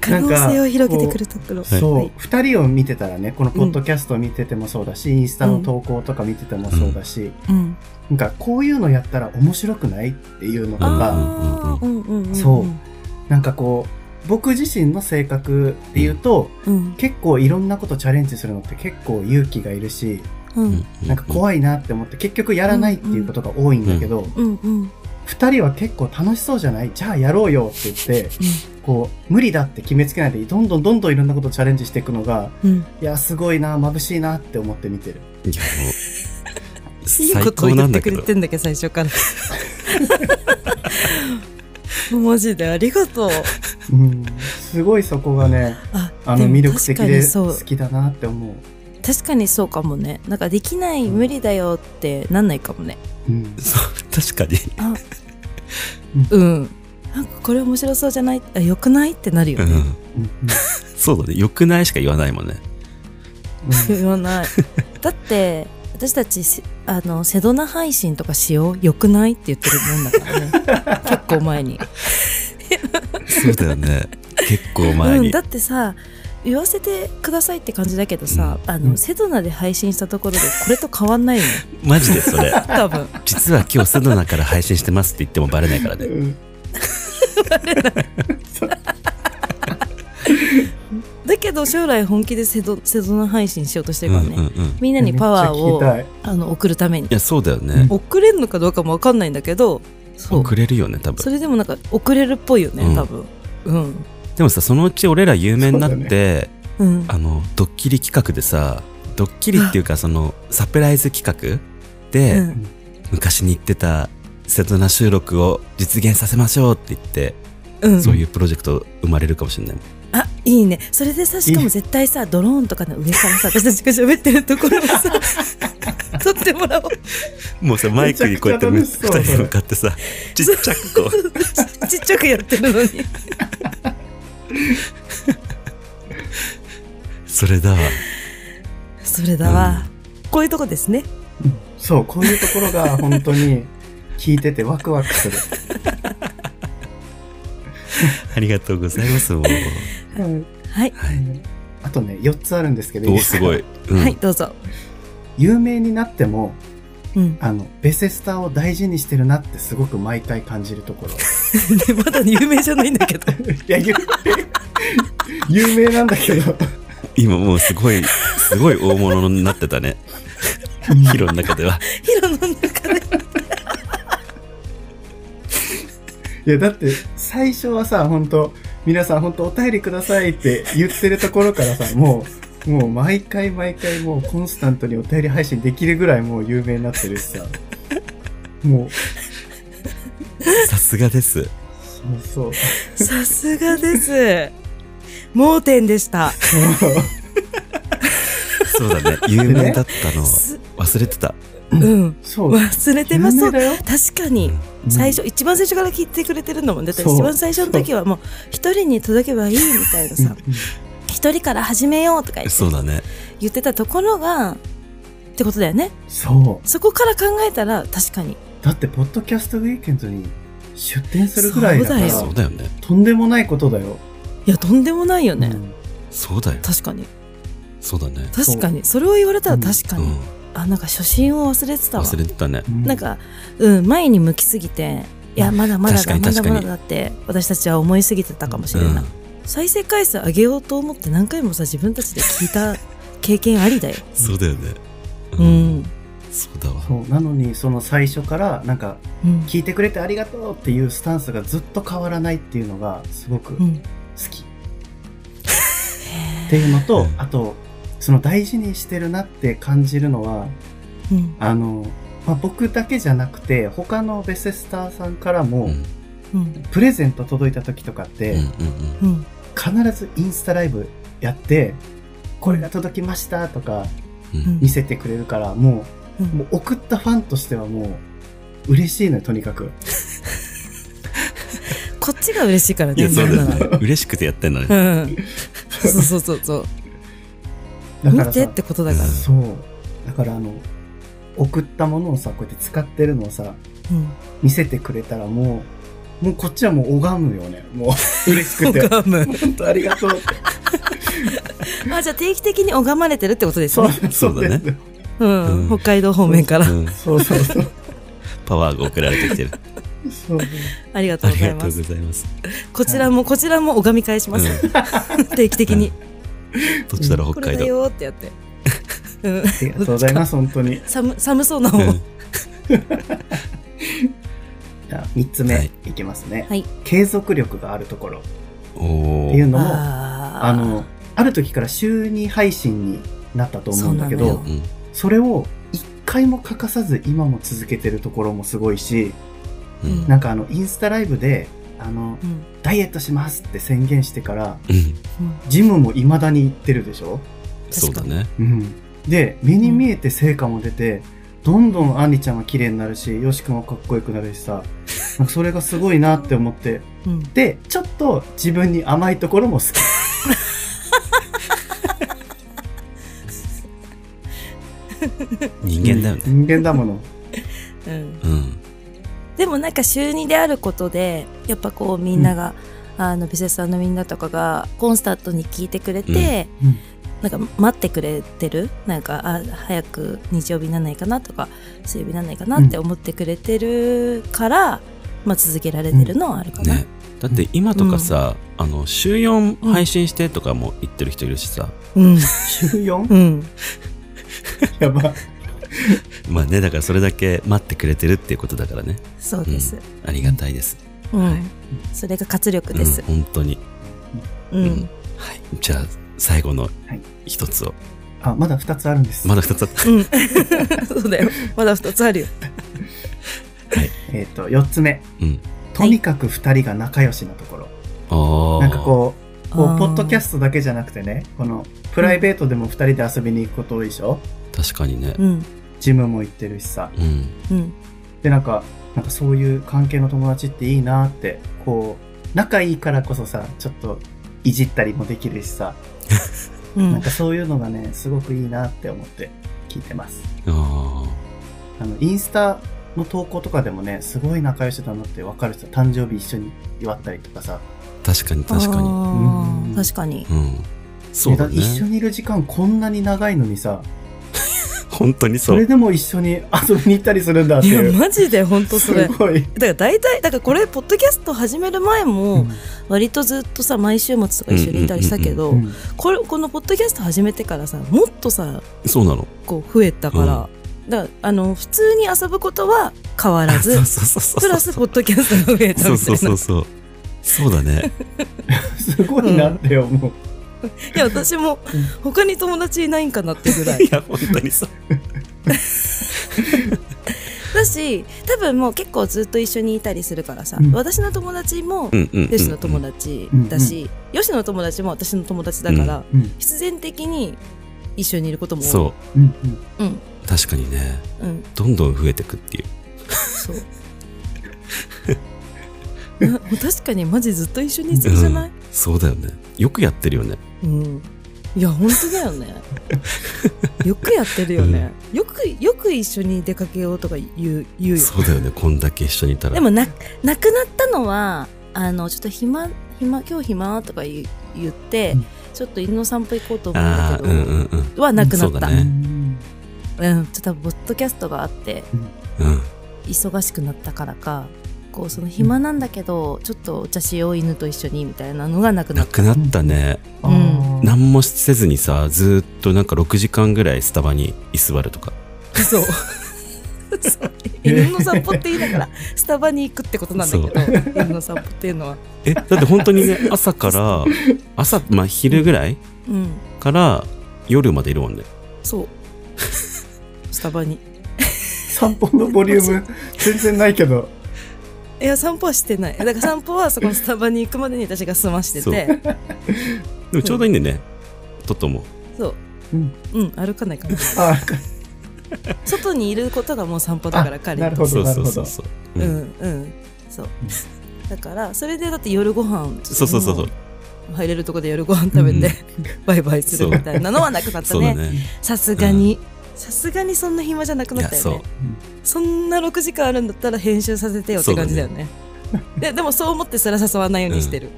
Speaker 2: 可能性を広げてくるところ。
Speaker 1: はい
Speaker 4: そう、二人を見てたらね、このポッドキャストを見ててもそうだし、インスタの投稿とか見ててもそうだし、
Speaker 2: うん。
Speaker 4: なんかこういうのやったら面白くないっていうのとか、
Speaker 2: ああ、うんうんうん。
Speaker 4: そうなんかこう、僕自身の性格で言うと、
Speaker 2: う。うん。
Speaker 4: 結構いろんなことチャレンジするのって結構勇気がいるし、
Speaker 2: う。
Speaker 1: うんん
Speaker 4: なんか怖いなって思って結局やらないっていうことが多いんだけど、
Speaker 2: うんうん。
Speaker 4: 二人は結構楽しそうじゃないじゃあやろうよって言って、こう、無理だって決めつけないで、どんどんどんどんいろんなことチャレンジしていくのが、
Speaker 2: うん。
Speaker 4: いや、すごいな、眩しいなって思って見てる。
Speaker 1: いやもう
Speaker 2: いい
Speaker 1: 最
Speaker 2: ことを
Speaker 1: 高な
Speaker 2: 言っ
Speaker 1: ん
Speaker 2: て
Speaker 1: だ
Speaker 2: く
Speaker 1: け
Speaker 2: れ
Speaker 1: ど。
Speaker 2: てんだけど、最初から。 マジでありがとう。
Speaker 4: うん、すごいそこがね、
Speaker 2: あ、
Speaker 4: あ
Speaker 2: で
Speaker 4: の、
Speaker 2: も
Speaker 4: 魅力的
Speaker 2: 確か
Speaker 4: で
Speaker 2: にそう
Speaker 4: 好。きだなって思う。
Speaker 2: 確かにそうかもね。なんかできない、無理だよってなんないかもね。
Speaker 4: うん、
Speaker 1: そう、確かに。
Speaker 2: うん。なんかこれ面白そうじゃないあ、よくないってなるよ
Speaker 1: う
Speaker 2: ね。
Speaker 1: ん。
Speaker 4: うん
Speaker 1: そうだね。良くないしか言わないもんね。
Speaker 2: 言わないだって私たちせあのセドナ配信とかしようよくないって言ってるもんだからね結構前に
Speaker 1: そうだよね。結構前
Speaker 2: うん、
Speaker 1: に
Speaker 2: だ。ってさ言わせてくださいって感じだけどさ、あ
Speaker 4: う
Speaker 2: の
Speaker 4: ん
Speaker 2: セドナで配信したところでこれと変わんないのよ
Speaker 1: マジでそれ。
Speaker 2: 多分
Speaker 1: 実は今日セドナから配信してますって言ってもバレないから
Speaker 4: う
Speaker 1: ね。
Speaker 4: ん
Speaker 2: だけど将来本気でセドセドナ配信しようとして
Speaker 1: うん
Speaker 2: る
Speaker 1: う
Speaker 2: から
Speaker 1: ん
Speaker 2: ね、
Speaker 1: うん。い
Speaker 2: みんなにパワー
Speaker 4: めっちゃ
Speaker 2: を
Speaker 4: 聞き
Speaker 2: あの送るために
Speaker 1: や、そうだよね。
Speaker 2: 送れるのかどうかも分かんないんだけどそう
Speaker 1: 遅れるよね、多分
Speaker 2: そ。れでもなんか送れるっぽいよね、
Speaker 1: うん
Speaker 2: 多分うん
Speaker 1: でもさ、そのうち俺ら有名になっ
Speaker 4: そうだ
Speaker 1: て、
Speaker 2: うん
Speaker 1: あの、ドッキリ企画でさ、ドッキリっていうか、その、サプライズ企画
Speaker 2: う
Speaker 1: で、
Speaker 2: ん
Speaker 1: 昔に言ってた、セドナ収録を実現させましょうって言って、
Speaker 2: うん
Speaker 1: そういうプロジェクト生まれるかもしれない。
Speaker 2: あいいねそれでさしかも絶対さドローンとかの上からさ私たちが喋ってるところをさ撮ってもらおう
Speaker 1: もうさ、マイクにこうやって
Speaker 4: め
Speaker 1: 二
Speaker 4: ちゃくちゃ楽しそう
Speaker 1: 人に向かってさ、 ちっちゃくこう、
Speaker 2: ちっちゃくやってるのに
Speaker 1: それだわ。
Speaker 2: それだわ、こういうとこですね
Speaker 4: たいそう、こういうとこ ろが本当に聞いててワクワクする。
Speaker 1: ありがとうございます。もう
Speaker 2: はい、
Speaker 4: あとね、4つあるんですけど、いい
Speaker 1: お
Speaker 4: ですか
Speaker 1: すごい。うん
Speaker 2: はいどうぞ
Speaker 4: 有名になっても、
Speaker 2: うん、
Speaker 4: あの、ベセスターを大事にしてるなってすごく毎回感じるところ。い
Speaker 2: でまだ有名じゃないんだけど
Speaker 4: や、有名、有名なんだけど。
Speaker 1: 今もうすごい、すごい大物になって たね。ヒロの中では。
Speaker 2: ヒロの中で
Speaker 4: いや、だって、最初はさ、本当皆さん本当お便りくださいって言ってるところからさ、もう、もう毎回毎回もうコンスタントにお便り配信できるぐらいもう有名になってるしさ。もう、
Speaker 1: さすがです。
Speaker 4: そうそう。
Speaker 2: さすがです盲点でした
Speaker 1: そうだね。有名だったの忘れてた。
Speaker 2: うん
Speaker 4: そう。
Speaker 2: 忘れてます
Speaker 4: 有
Speaker 2: そ
Speaker 4: 名
Speaker 2: う
Speaker 4: だよ
Speaker 2: 確かに
Speaker 4: ん
Speaker 2: 最初、一番最初から聞いてくれてるんだもんだって
Speaker 4: そう
Speaker 2: 一番最初の時はもう一人に届けばいいみたいなさ一人から始めようとか言って
Speaker 1: そうだね。
Speaker 2: 言ってたところがってことだよね
Speaker 4: そう。
Speaker 2: そこから考えたら確かに
Speaker 4: だって、ポッドキャストウィークエンドに出展するぐらいだから、
Speaker 2: そ
Speaker 1: そうだよね。
Speaker 4: とんでもないことだよ。
Speaker 2: いやとんでもないよね、
Speaker 4: うん
Speaker 1: そうだよ。
Speaker 2: 確かに
Speaker 1: そうだね。
Speaker 2: 確かにそれを言われたら確か
Speaker 1: う
Speaker 2: に、
Speaker 1: ん。
Speaker 2: あなんか初心を忘れてたわ
Speaker 1: 忘れてたね。
Speaker 4: うん
Speaker 2: なんか、うん、前に向きすぎていやまだまだだま
Speaker 1: 確かに
Speaker 2: だ
Speaker 1: 確か
Speaker 2: ま
Speaker 1: に
Speaker 2: だだって私たちは思いすぎてたかもしれない、
Speaker 1: うん
Speaker 2: 再生回数上げようと思って何回もさ自分たちで聞いた経験ありだよ
Speaker 1: そうだよね。
Speaker 2: う。ん、
Speaker 1: そうだわ。
Speaker 4: そうなのにその最初からなんか
Speaker 2: うん
Speaker 4: 聞いてくれてありがとうっていうスタンスがずっと変わらないっていうのがすごく
Speaker 2: う
Speaker 4: 好
Speaker 2: ん
Speaker 4: き、っていうのと、
Speaker 1: うん
Speaker 4: あとその大事にしてるなって感じるのは、
Speaker 2: うん。
Speaker 4: あの、まあ、僕だけじゃなくて、他のベセスターさんからも、
Speaker 1: う
Speaker 2: う
Speaker 1: ん。
Speaker 2: ん。
Speaker 4: プレゼント届いた時とかっ
Speaker 1: う
Speaker 4: て、
Speaker 1: ん。う
Speaker 2: う
Speaker 1: ん。
Speaker 2: ん。
Speaker 4: 必ずインスタライブやって、これが届きましたとか
Speaker 1: うん。
Speaker 2: うん
Speaker 4: 見せてくれるから、も
Speaker 2: う
Speaker 4: う、も
Speaker 2: ん。
Speaker 4: う送ったファンとしてはもう、嬉しいのよ、とにかく。
Speaker 2: こっちが嬉しいから
Speaker 1: い
Speaker 2: ね。
Speaker 1: や、そうだよ
Speaker 2: なんなら
Speaker 1: ね。嬉しくてやってんのね。
Speaker 2: うん。そうそうそうそう。
Speaker 4: だか
Speaker 2: 見
Speaker 4: ら
Speaker 2: て
Speaker 4: さ
Speaker 2: ってことだから。
Speaker 4: そう。だからあの、送ったものをさ、こうやって使ってるのをさ、
Speaker 2: うん。
Speaker 4: 見せてくれたらもう、もうこっちはもう拝むよね。もう、 嬉しくて。
Speaker 2: 拝む。
Speaker 4: 本当ありがとうっ て。
Speaker 2: あ、じゃあ定期的に拝まれてるってことです
Speaker 4: そう
Speaker 2: ね。、
Speaker 4: そうです。
Speaker 2: う。
Speaker 1: うんん
Speaker 2: 北海道方面から。
Speaker 1: うん
Speaker 4: そうそうそう。
Speaker 1: パワーが送られてきてる。
Speaker 4: そう
Speaker 2: ありがと
Speaker 1: あ
Speaker 2: うご
Speaker 1: り
Speaker 2: ざい
Speaker 1: がと
Speaker 2: ま
Speaker 1: う
Speaker 2: す
Speaker 1: ご。ざいます。
Speaker 2: こちらも、こちらも拝み返します。 定期的に。
Speaker 1: どっちだろう、
Speaker 2: こ
Speaker 1: 北
Speaker 2: れ
Speaker 1: 海
Speaker 2: だ
Speaker 1: 道。
Speaker 2: よーってやって。うん。
Speaker 4: ありがとうございます、本当に。
Speaker 2: 寒、寒そうな方。
Speaker 1: うん
Speaker 4: じゃあ、3つ
Speaker 1: は
Speaker 4: 目
Speaker 1: い
Speaker 4: いきますね。
Speaker 2: はい
Speaker 4: 継続力があるところっ
Speaker 1: お
Speaker 4: ていう
Speaker 1: ー。
Speaker 4: のも、あ
Speaker 2: あ
Speaker 4: の、ある時から週2配信になったと思うんだけ
Speaker 2: そうな
Speaker 4: ど
Speaker 2: の、
Speaker 1: うん
Speaker 4: それを一回も欠かさず今も続けてるところもすごいし、
Speaker 1: うん
Speaker 2: うん
Speaker 4: なんかあの、インスタライブで、あの
Speaker 2: う、ん。
Speaker 4: ダイエットしますって宣言してから、
Speaker 1: うん。
Speaker 2: うん
Speaker 4: ジムも未だに行ってるでしょ
Speaker 1: そうだ。ね。
Speaker 4: うん。で、目に見えて成果も出て、どんどんアンリちゃんは綺麗になるし、ヨシ君はかっこよくなるし さ、なんかそれがすごいなって思って、
Speaker 2: 確かにうん。
Speaker 4: で、ちょっと自分に甘いところも好き。
Speaker 1: 人間だよね。
Speaker 4: 人間だもの。
Speaker 2: うん。
Speaker 1: うん。
Speaker 2: でもなんか週2であることで、やっぱこうみんなが、あの、ビセスさんのみんなとかが、コンスタントに聞いてくれて、
Speaker 4: うんうん
Speaker 2: なんか待ってくれてるなんか、あ、早く日曜日にならないかなとか、水曜日にならないかなって思ってくれてるから、まあ続けられてるのはあるかな。
Speaker 1: ね。だって今とかさ、あの、週4配信してとかも言ってる人いるしさ。
Speaker 2: うん。
Speaker 4: 週 4?
Speaker 2: うん。
Speaker 4: やば。
Speaker 1: まあね、だからそれだけ待ってくれてるっていうことだからね。
Speaker 2: そうです。
Speaker 1: ありがたいです。
Speaker 2: うん。
Speaker 1: はい
Speaker 2: それが活力
Speaker 1: う
Speaker 2: で
Speaker 1: ん
Speaker 2: す。
Speaker 1: 本当に。
Speaker 2: うん。
Speaker 1: うんはい。じゃあ、最後の
Speaker 4: い
Speaker 1: 一つを。
Speaker 4: あ、まだ2つあるんです。
Speaker 1: まだ二つあった。
Speaker 2: うん。そうだよ。まだ二つあるよ。
Speaker 4: えっ、と、4つ目。
Speaker 1: うん。
Speaker 4: とにかく2人が仲良しなとこ
Speaker 1: あ
Speaker 4: ろ。
Speaker 1: あ。
Speaker 4: なんかこう、
Speaker 2: あ
Speaker 4: こ
Speaker 2: ー
Speaker 4: うポッドキャストだけじゃなくてね、この、プライベートでも2人で遊びに行くこと多いでしょ
Speaker 1: 確かにね。
Speaker 2: うん。
Speaker 4: ジムも行ってるしさ。
Speaker 1: うん。
Speaker 2: うん。
Speaker 4: で、なんか、なんかそういう関係の友達っていいなって、こう、仲いいからこそさ、ちょっと、いじったりもできるしさ、
Speaker 2: う
Speaker 4: なん
Speaker 2: ん。
Speaker 4: かそういうのがね、すごくいいなって思って聞いてます。
Speaker 1: あ
Speaker 4: あの、インスタの投稿とかでもね、すごい仲良しだなって分かる人、誕生日一緒に祝ったりとかさ、
Speaker 1: あ。確かに確か
Speaker 2: あ
Speaker 1: に。
Speaker 2: ー
Speaker 4: うん
Speaker 2: 確かに。
Speaker 1: うん。そうだ
Speaker 4: ねだから一緒
Speaker 1: ね。
Speaker 4: にいる時間こんなに長いのにさ、
Speaker 1: 本当に
Speaker 4: そ
Speaker 1: そ
Speaker 4: れ
Speaker 1: う。
Speaker 4: でも一緒に遊びに行ったりするんだって
Speaker 2: いや、
Speaker 4: いう。
Speaker 2: マジで本当そ
Speaker 4: す
Speaker 2: れ。だか
Speaker 4: ごい。
Speaker 2: ら大体、だからこれ、ポッドキャスト始める前
Speaker 4: う
Speaker 2: も
Speaker 4: ん、
Speaker 2: 割とずっとさ、毎週末とか一緒にいたりしたけど、
Speaker 4: うん
Speaker 2: これ、このポッドキャスト始めてからさ、もっとさ、
Speaker 1: そうなの。
Speaker 2: こう、増えたから、だから、あの、普通に遊ぶことは変わらず
Speaker 1: そう、そうそうそう。
Speaker 2: プラスポッドキャストが増えた
Speaker 1: そう
Speaker 2: みた
Speaker 1: そ
Speaker 2: い
Speaker 1: う
Speaker 2: な
Speaker 1: そう。そう。そうだね。
Speaker 4: すごいなって思う。
Speaker 2: いや、私も、他に友達いないんかなってぐらい。
Speaker 1: いや、本当にそう。
Speaker 2: だし多分もう結構ずっと一緒にいたりするからさ、
Speaker 4: うん
Speaker 2: 私の友達も
Speaker 1: うんうんうん。
Speaker 2: 吉の友達だし、吉の友達も私の友達だから、
Speaker 4: うん。
Speaker 2: 必然的に一緒にいることも多い
Speaker 1: そ
Speaker 4: うん。
Speaker 1: う。確かにね。
Speaker 2: う、ん、
Speaker 1: どんどん増えてくっていう。
Speaker 2: そう な確かにマジずっと一緒にいそうじゃない、
Speaker 1: そうだよね。よくやってるよね。
Speaker 2: うんいや本当だよ ねよくやってるよね、よくよく一緒に出かけようとか言う言うよ
Speaker 1: そうだよね。こんだけ一緒にいたら。
Speaker 2: でもな、なくなったのは、あの、ちょっと暇、暇、今日暇とか言う言って、
Speaker 4: うん
Speaker 2: ちょっと犬の散歩行こうと思うんだけ
Speaker 1: ああ、
Speaker 2: ど、
Speaker 1: うんうんうん。
Speaker 2: はなくな
Speaker 1: そ
Speaker 2: っ
Speaker 1: う
Speaker 2: た。
Speaker 1: だ
Speaker 2: う
Speaker 1: ね
Speaker 4: うん
Speaker 2: ん、ちょっと多分、ポッドキャストがあって、
Speaker 1: うん。
Speaker 2: 忙しくなったからか、こう、その暇なんだけど、ちょっとお茶しよう犬と一緒に、みたいなのがなくな
Speaker 1: な
Speaker 2: った。
Speaker 1: くなったね。
Speaker 4: あー
Speaker 1: 何もせずにさ、ずーっとなんか6時間ぐらいスタバに居座るとか。
Speaker 2: そう。そう犬の散歩って言いながら、スタバに行くってことなんだけど、犬の散歩っていうのは。
Speaker 1: え、だって本当にね、朝から、朝、まあ昼ぐらい
Speaker 2: うん。
Speaker 1: から、夜までいるもんね。
Speaker 2: そう。スタバに。
Speaker 4: 散歩のボリューム、全然ない けど。
Speaker 2: いや、散歩はしてない。だから散歩はそこのスタバに行くまでに私が済まして
Speaker 1: そう
Speaker 2: て、
Speaker 1: でもちょうどいいんだよね。トットも。
Speaker 2: そう。
Speaker 4: うん。
Speaker 2: うん、歩かないから。
Speaker 4: あ、
Speaker 2: 外にいることがもう散歩だから
Speaker 4: あ
Speaker 2: 彼
Speaker 4: な
Speaker 2: に
Speaker 4: る
Speaker 2: と
Speaker 4: ほ
Speaker 2: って
Speaker 1: そ
Speaker 4: ど、
Speaker 1: う
Speaker 4: な
Speaker 1: そ
Speaker 4: る
Speaker 1: う
Speaker 4: ほ
Speaker 1: そ
Speaker 4: ど
Speaker 1: う。そう。
Speaker 2: う
Speaker 1: うん
Speaker 2: んうんそうだからそれでだって夜ご飯
Speaker 1: そうそうそうそう。
Speaker 2: うん入れるとこで夜ご飯食べて、バイバイするみたいなのはなくなっ
Speaker 1: そ
Speaker 2: た
Speaker 1: うだ
Speaker 2: ね
Speaker 1: ね。
Speaker 2: さすがにさすがにそんな暇じゃなく
Speaker 1: い
Speaker 2: な
Speaker 1: や、
Speaker 2: ったよ
Speaker 1: そ
Speaker 2: ね
Speaker 1: う。
Speaker 2: そんな6時間あるんだったら編集させてよって感じだよねででもそう思ってそれは誘わないようにしてる、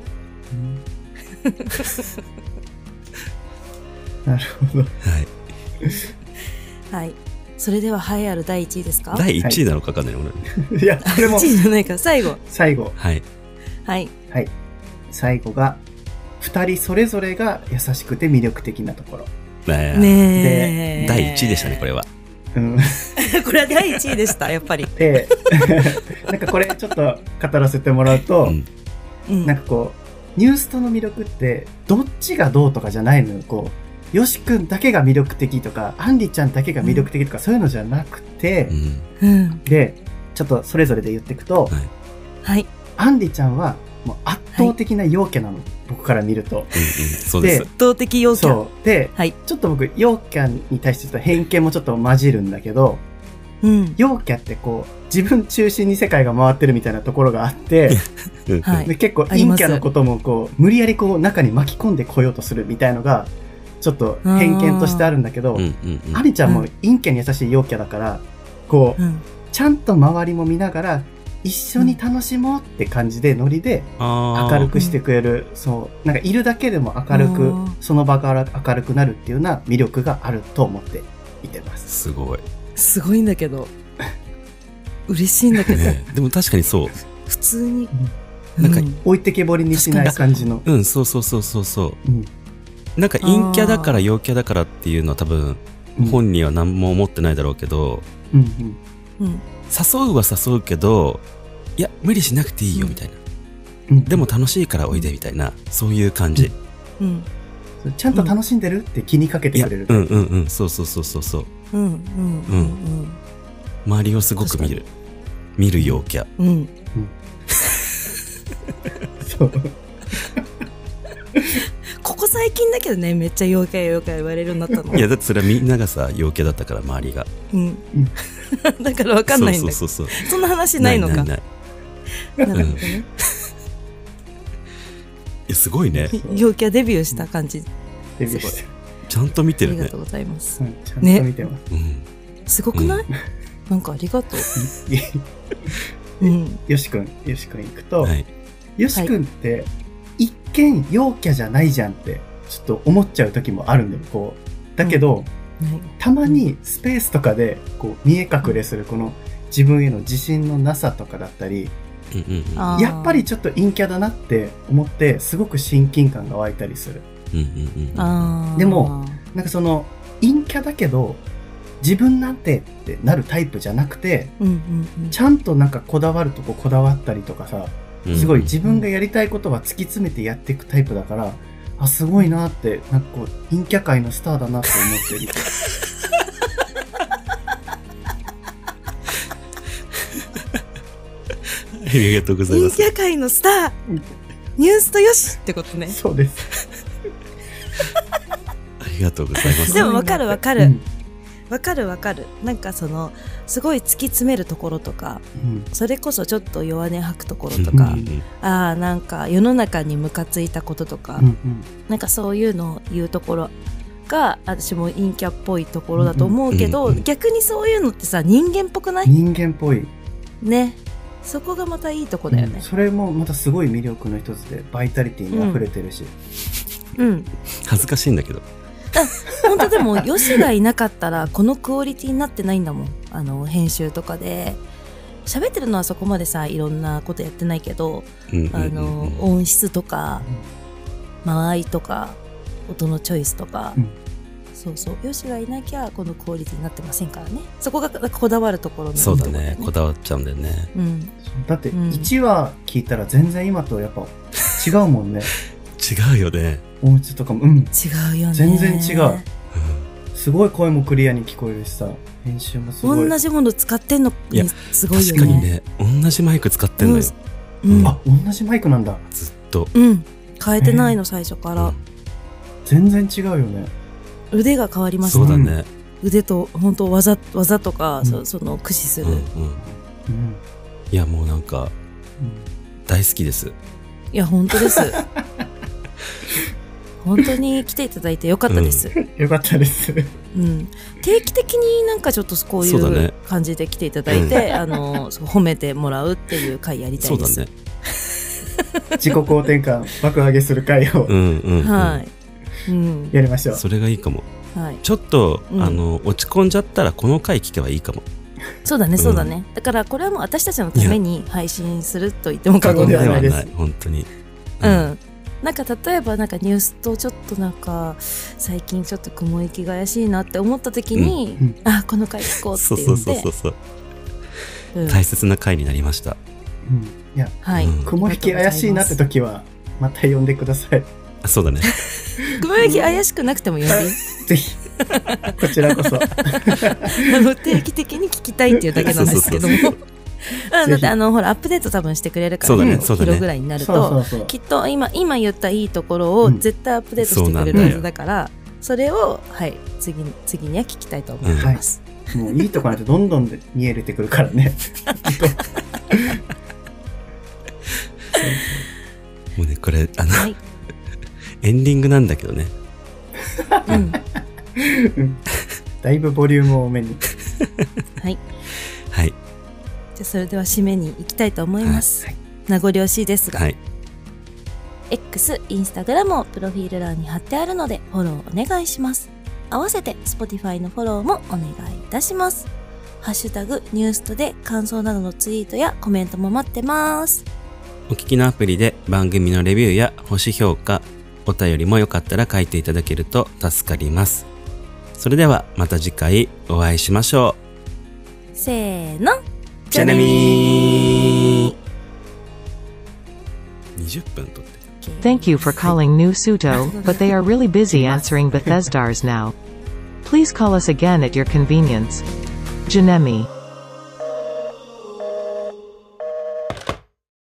Speaker 4: なる ほど。
Speaker 1: はい。
Speaker 6: はい。
Speaker 2: それでは栄えある第1位ですか
Speaker 1: 第1位なのかわかんないね、俺。
Speaker 4: いや、でも
Speaker 2: 1、位じゃないか最後
Speaker 4: 最後、
Speaker 1: はい。
Speaker 2: はい
Speaker 4: はい。最後が、二人それぞれが優しくて魅力的なところ。
Speaker 1: ねえ
Speaker 2: ねえ
Speaker 1: 第1位でしたね、これは。
Speaker 4: うん。
Speaker 2: これは第1位で したやっぱり、
Speaker 4: で、なんかこれちょっと語らせてもらうと、
Speaker 1: うん。
Speaker 2: うん
Speaker 4: なんかこう、ニュースとの魅力って、どっちがどうとかじゃないのよ。こう、よしくんだけが魅力的とか、アンリちゃんだけが魅力的とか、そういうのじゃなくて、
Speaker 1: うん。
Speaker 2: うん、
Speaker 4: で、ちょっとそれぞれで言っていくと、
Speaker 1: はい
Speaker 2: はい
Speaker 4: アンリちゃんはもう圧倒的な陽キャなの。僕から見ると。
Speaker 1: うんうん、そうです
Speaker 4: で。
Speaker 2: 圧倒的要素
Speaker 4: そう。で、
Speaker 2: はい
Speaker 4: ちょっと僕、陽キャに対してちょっと偏見もちょっと混じるんだけど、
Speaker 2: うん
Speaker 4: 陽キャってこう、自分中心に世界が回ってるみたいなところがあって、
Speaker 1: うん
Speaker 2: はい
Speaker 4: で結構
Speaker 2: あり
Speaker 4: 陰
Speaker 2: ます
Speaker 4: キャのこともこう、無理やりこう、中に巻き込んでこようとするみたいのが、ちょっと偏見としてあるんだけど
Speaker 1: うん、うんうん
Speaker 4: アリちゃんも
Speaker 2: うん
Speaker 4: 陰キャに優しい陽キャだから、こう、
Speaker 2: うん
Speaker 4: ちゃんと周りも見ながら、一緒に楽しもうって感じでノリで
Speaker 1: あー
Speaker 4: 明るくしてくれる、そう、なんかいるだけでも明るく
Speaker 2: あ、
Speaker 4: その場から明るくなるっていうような魅力があると思っていてます。
Speaker 1: すごい。
Speaker 2: すごいんだけど嬉しいんだけど、
Speaker 1: ねえでも確かにそう。
Speaker 2: 普通に
Speaker 1: なんか
Speaker 3: Hmm.
Speaker 2: う
Speaker 4: 置いてけぼりにしない感じの。
Speaker 1: うん、そうそうそうそうそう。
Speaker 4: うん
Speaker 1: なんか陰キャだから陽キャだからっていうのは多分
Speaker 4: うん
Speaker 1: 本人は何も思ってないだろうけど、
Speaker 4: うんうん
Speaker 2: うん
Speaker 1: 誘うは誘うけど、いや、無理しなくていいよみたいな。
Speaker 4: うん
Speaker 1: でも楽しいからおいでみたいな、そういう感じ。
Speaker 2: うん
Speaker 4: ちゃんと楽しんでるって気にかけ
Speaker 1: い
Speaker 4: て
Speaker 1: や、
Speaker 4: く
Speaker 1: う
Speaker 4: れる
Speaker 1: ん。うんうん、そうそうそうそうそう。
Speaker 2: うんうんうん
Speaker 1: 周りをすごく見る。見る陽キャ。
Speaker 2: うんうん
Speaker 4: そう。
Speaker 2: ここ最近だけどねめっちゃ妖怪妖怪言われるようになったの
Speaker 1: いや、だってそれはみんながさ、陽キャだったから周りが。
Speaker 2: うん だからわ
Speaker 1: わ
Speaker 2: かんないんだけどそ
Speaker 1: そうそうそうそ
Speaker 2: んな話
Speaker 1: う。
Speaker 2: ないのか
Speaker 1: な
Speaker 2: ない
Speaker 1: ない
Speaker 2: るほどね
Speaker 1: いやすごいね。
Speaker 2: 陽キャデビューした感じ
Speaker 4: デビューして
Speaker 1: ちゃんと見て
Speaker 2: あ
Speaker 1: る
Speaker 2: りが
Speaker 1: ね
Speaker 2: と。うございます
Speaker 4: うんちゃんと見てます。
Speaker 1: うん。
Speaker 2: すごくない、なんかありがと
Speaker 4: いいう
Speaker 2: うん
Speaker 4: よしくん、よしくん行くと、
Speaker 1: はい。
Speaker 4: よしくんって、一見陽キャじゃないじゃんって、ちょっと思っちゃう時もあるんだよ、こう。だけど、
Speaker 2: ない
Speaker 4: たまにスペースとかで、こう、見え隠れするこの自分への自信のなさとかだったり、
Speaker 1: うんうんうん。
Speaker 2: あー
Speaker 4: やっぱりちょっと陰キャだなって思って、すごく親近感が湧いたりする。
Speaker 1: うんうんうん。
Speaker 2: あー
Speaker 4: でもなんかその、陰キャだけど、自分なんてってなるタイプじゃなくて、
Speaker 2: うんうんうん
Speaker 4: ちゃんとなんかこだわるとここだわったりとかさ、
Speaker 1: うん
Speaker 4: すごい自分がやりたいことは突き詰めてやっていくタイプだから、あ、すごいなって、なんかこう、陰キャ界のスターだなって思ってる。
Speaker 1: ありがとうございま
Speaker 2: 陰
Speaker 1: す
Speaker 2: キ。ャ界のスターニュースとよしってことね
Speaker 4: そうです。
Speaker 1: ありがとうございます。
Speaker 2: でもわかるわかる、
Speaker 4: うん
Speaker 2: わかるわかるなんかそのすごい突き詰めるところとか
Speaker 4: うん
Speaker 2: それこそちょっと弱音吐くところと
Speaker 1: うん
Speaker 2: か
Speaker 1: うんうん
Speaker 2: ああなんか世の中にムカついたこととか、
Speaker 4: うんうん
Speaker 2: なんかそういうのを言うところが私も陰キャっぽいところだと思うけど、
Speaker 1: うんうんうんうん
Speaker 2: 逆にそういうのってさ人間っぽくない
Speaker 4: 人間っぽい。
Speaker 2: ねそこがまたいいとこだよ
Speaker 4: うん
Speaker 2: ね
Speaker 4: それもまたすごい魅力の一つで、バイタリティに溢れてるし。
Speaker 2: うん、
Speaker 1: 恥ずかしいんだけど。
Speaker 2: 本当でも よしがいなかったらこのクオリティになってないんだもんあの編集とかで喋ってるのはそこまでさいろんなことやってないけど、
Speaker 1: うんうんうん
Speaker 2: あの、音質とか、間合いとか、音のチョイスとか、
Speaker 4: うん
Speaker 2: そうそう、よしがいなきゃ、このクオリティになってませんからね。そこがこだわるところのいい
Speaker 1: そうだ
Speaker 2: とこ
Speaker 1: ね。こだわっちゃうんだよね。
Speaker 2: うん。
Speaker 4: だって、
Speaker 2: うん
Speaker 4: 1話聞いたら全然今とやっぱ違うもんね。
Speaker 1: 違うよね。
Speaker 4: 音質とかも、うん。
Speaker 2: 違うよね。
Speaker 4: 全然違う。すごい声もクリアに聞こえるしさ、編集もすごい。
Speaker 2: 同じもの使ってんの
Speaker 1: いや
Speaker 2: にすごいよ
Speaker 1: 確
Speaker 2: ね
Speaker 1: かにね、同じマイク使ってんのよ。
Speaker 2: うん、
Speaker 4: あ、同じマイクなんだ。
Speaker 1: ずっと。
Speaker 2: うん、変えてないの最初か
Speaker 1: う
Speaker 2: ら
Speaker 1: ん
Speaker 4: 全然違うよね。
Speaker 2: 腕が変わりまし
Speaker 1: そう
Speaker 2: た
Speaker 1: だね。
Speaker 2: 腕と本当技技とか、
Speaker 4: うん
Speaker 2: そその駆使す
Speaker 1: う
Speaker 2: る、
Speaker 1: ん
Speaker 2: い
Speaker 1: うん。
Speaker 4: うん。
Speaker 1: いや、もうなんか、
Speaker 4: うん
Speaker 1: 大好きです。
Speaker 2: や本当です 本当に来ていただいてよかったです、うん
Speaker 4: よかったです。
Speaker 2: 定期的になんかちょっとこうい
Speaker 1: そうだ
Speaker 2: う
Speaker 1: ね
Speaker 2: 感じで来ていただいて、あのそう褒めてもらうっていう回やりた
Speaker 1: そ
Speaker 2: いうで
Speaker 1: だ
Speaker 2: す、
Speaker 1: ね。
Speaker 4: 自己肯定感爆上げする会を
Speaker 1: うんうんうん。
Speaker 2: はい、うん
Speaker 4: やりましょう。
Speaker 1: それがいいかも。
Speaker 2: はい、
Speaker 1: ちょっと、
Speaker 2: うん
Speaker 1: あの、落ち込んじゃったら、この回聞けばいいかも。
Speaker 2: そうだねそうだね、だからこれはもう私たちのために配信すると言っても過言ではない
Speaker 4: 過言ではない
Speaker 1: 本当に。
Speaker 2: う。ん。なんか例えばなんかニュースとちょっとなんか最近ちょっと雲行きが怪しいなって思った時に、
Speaker 4: うんうん
Speaker 2: あこの回聞こう
Speaker 1: そう
Speaker 2: って
Speaker 1: そ
Speaker 2: 言
Speaker 1: う
Speaker 2: って
Speaker 1: そうそうそう。
Speaker 2: うん
Speaker 1: 大切な回になりました。
Speaker 4: うん。いや、
Speaker 2: はい、
Speaker 1: うん
Speaker 4: 雲引き怪しいなって時は、また呼んでください。
Speaker 1: あそうだね。
Speaker 2: 雲行き怪しくなくてもより
Speaker 4: ぜひ。こちらこそ。
Speaker 2: あの定期的に聞きたいっていうだけなんですけども
Speaker 1: そうそう
Speaker 2: あだってあのほらアップデート多分してくれるから
Speaker 1: そうだね
Speaker 2: うん
Speaker 1: そうだね
Speaker 2: お昼ぐらいになると
Speaker 4: そうそうそう。
Speaker 2: きっと今今言ったいいところを
Speaker 4: うん
Speaker 2: 絶対アップデートしてくれる
Speaker 1: そうな
Speaker 2: は
Speaker 1: んだよ
Speaker 2: ずだから、それをはい次に次には聞きたいと思います、
Speaker 4: もういいとこなんてどんどんで見えれてくるからね。
Speaker 1: もうね、これ、あの、
Speaker 2: はい
Speaker 1: エンディングなんだけどね。
Speaker 2: うん
Speaker 4: だいぶボリューム多めに。
Speaker 2: はい
Speaker 1: はい。
Speaker 2: じゃあそれでは締めに行きたいと思います。
Speaker 4: はい
Speaker 2: 名残惜しいですが、
Speaker 1: はい。
Speaker 2: X、Instagram をプロフィール欄に貼ってあるのでフォローお願いします。合わせて Spotify のフォローもお願いいたします。ハッシュタグニュースとで感想などのツイートやコメントも待ってます。
Speaker 1: お聞きのアプリで番組のレビューや星評価、お便りもよかったら書いていただけると助かります。それではまた次回お会いしましょう。
Speaker 2: せーの。
Speaker 1: じゃねみー !20 分撮って。
Speaker 3: Thank you for calling New Suto, but they are really busy answering Bethesdars now. Please call us again at your convenience. Janemi.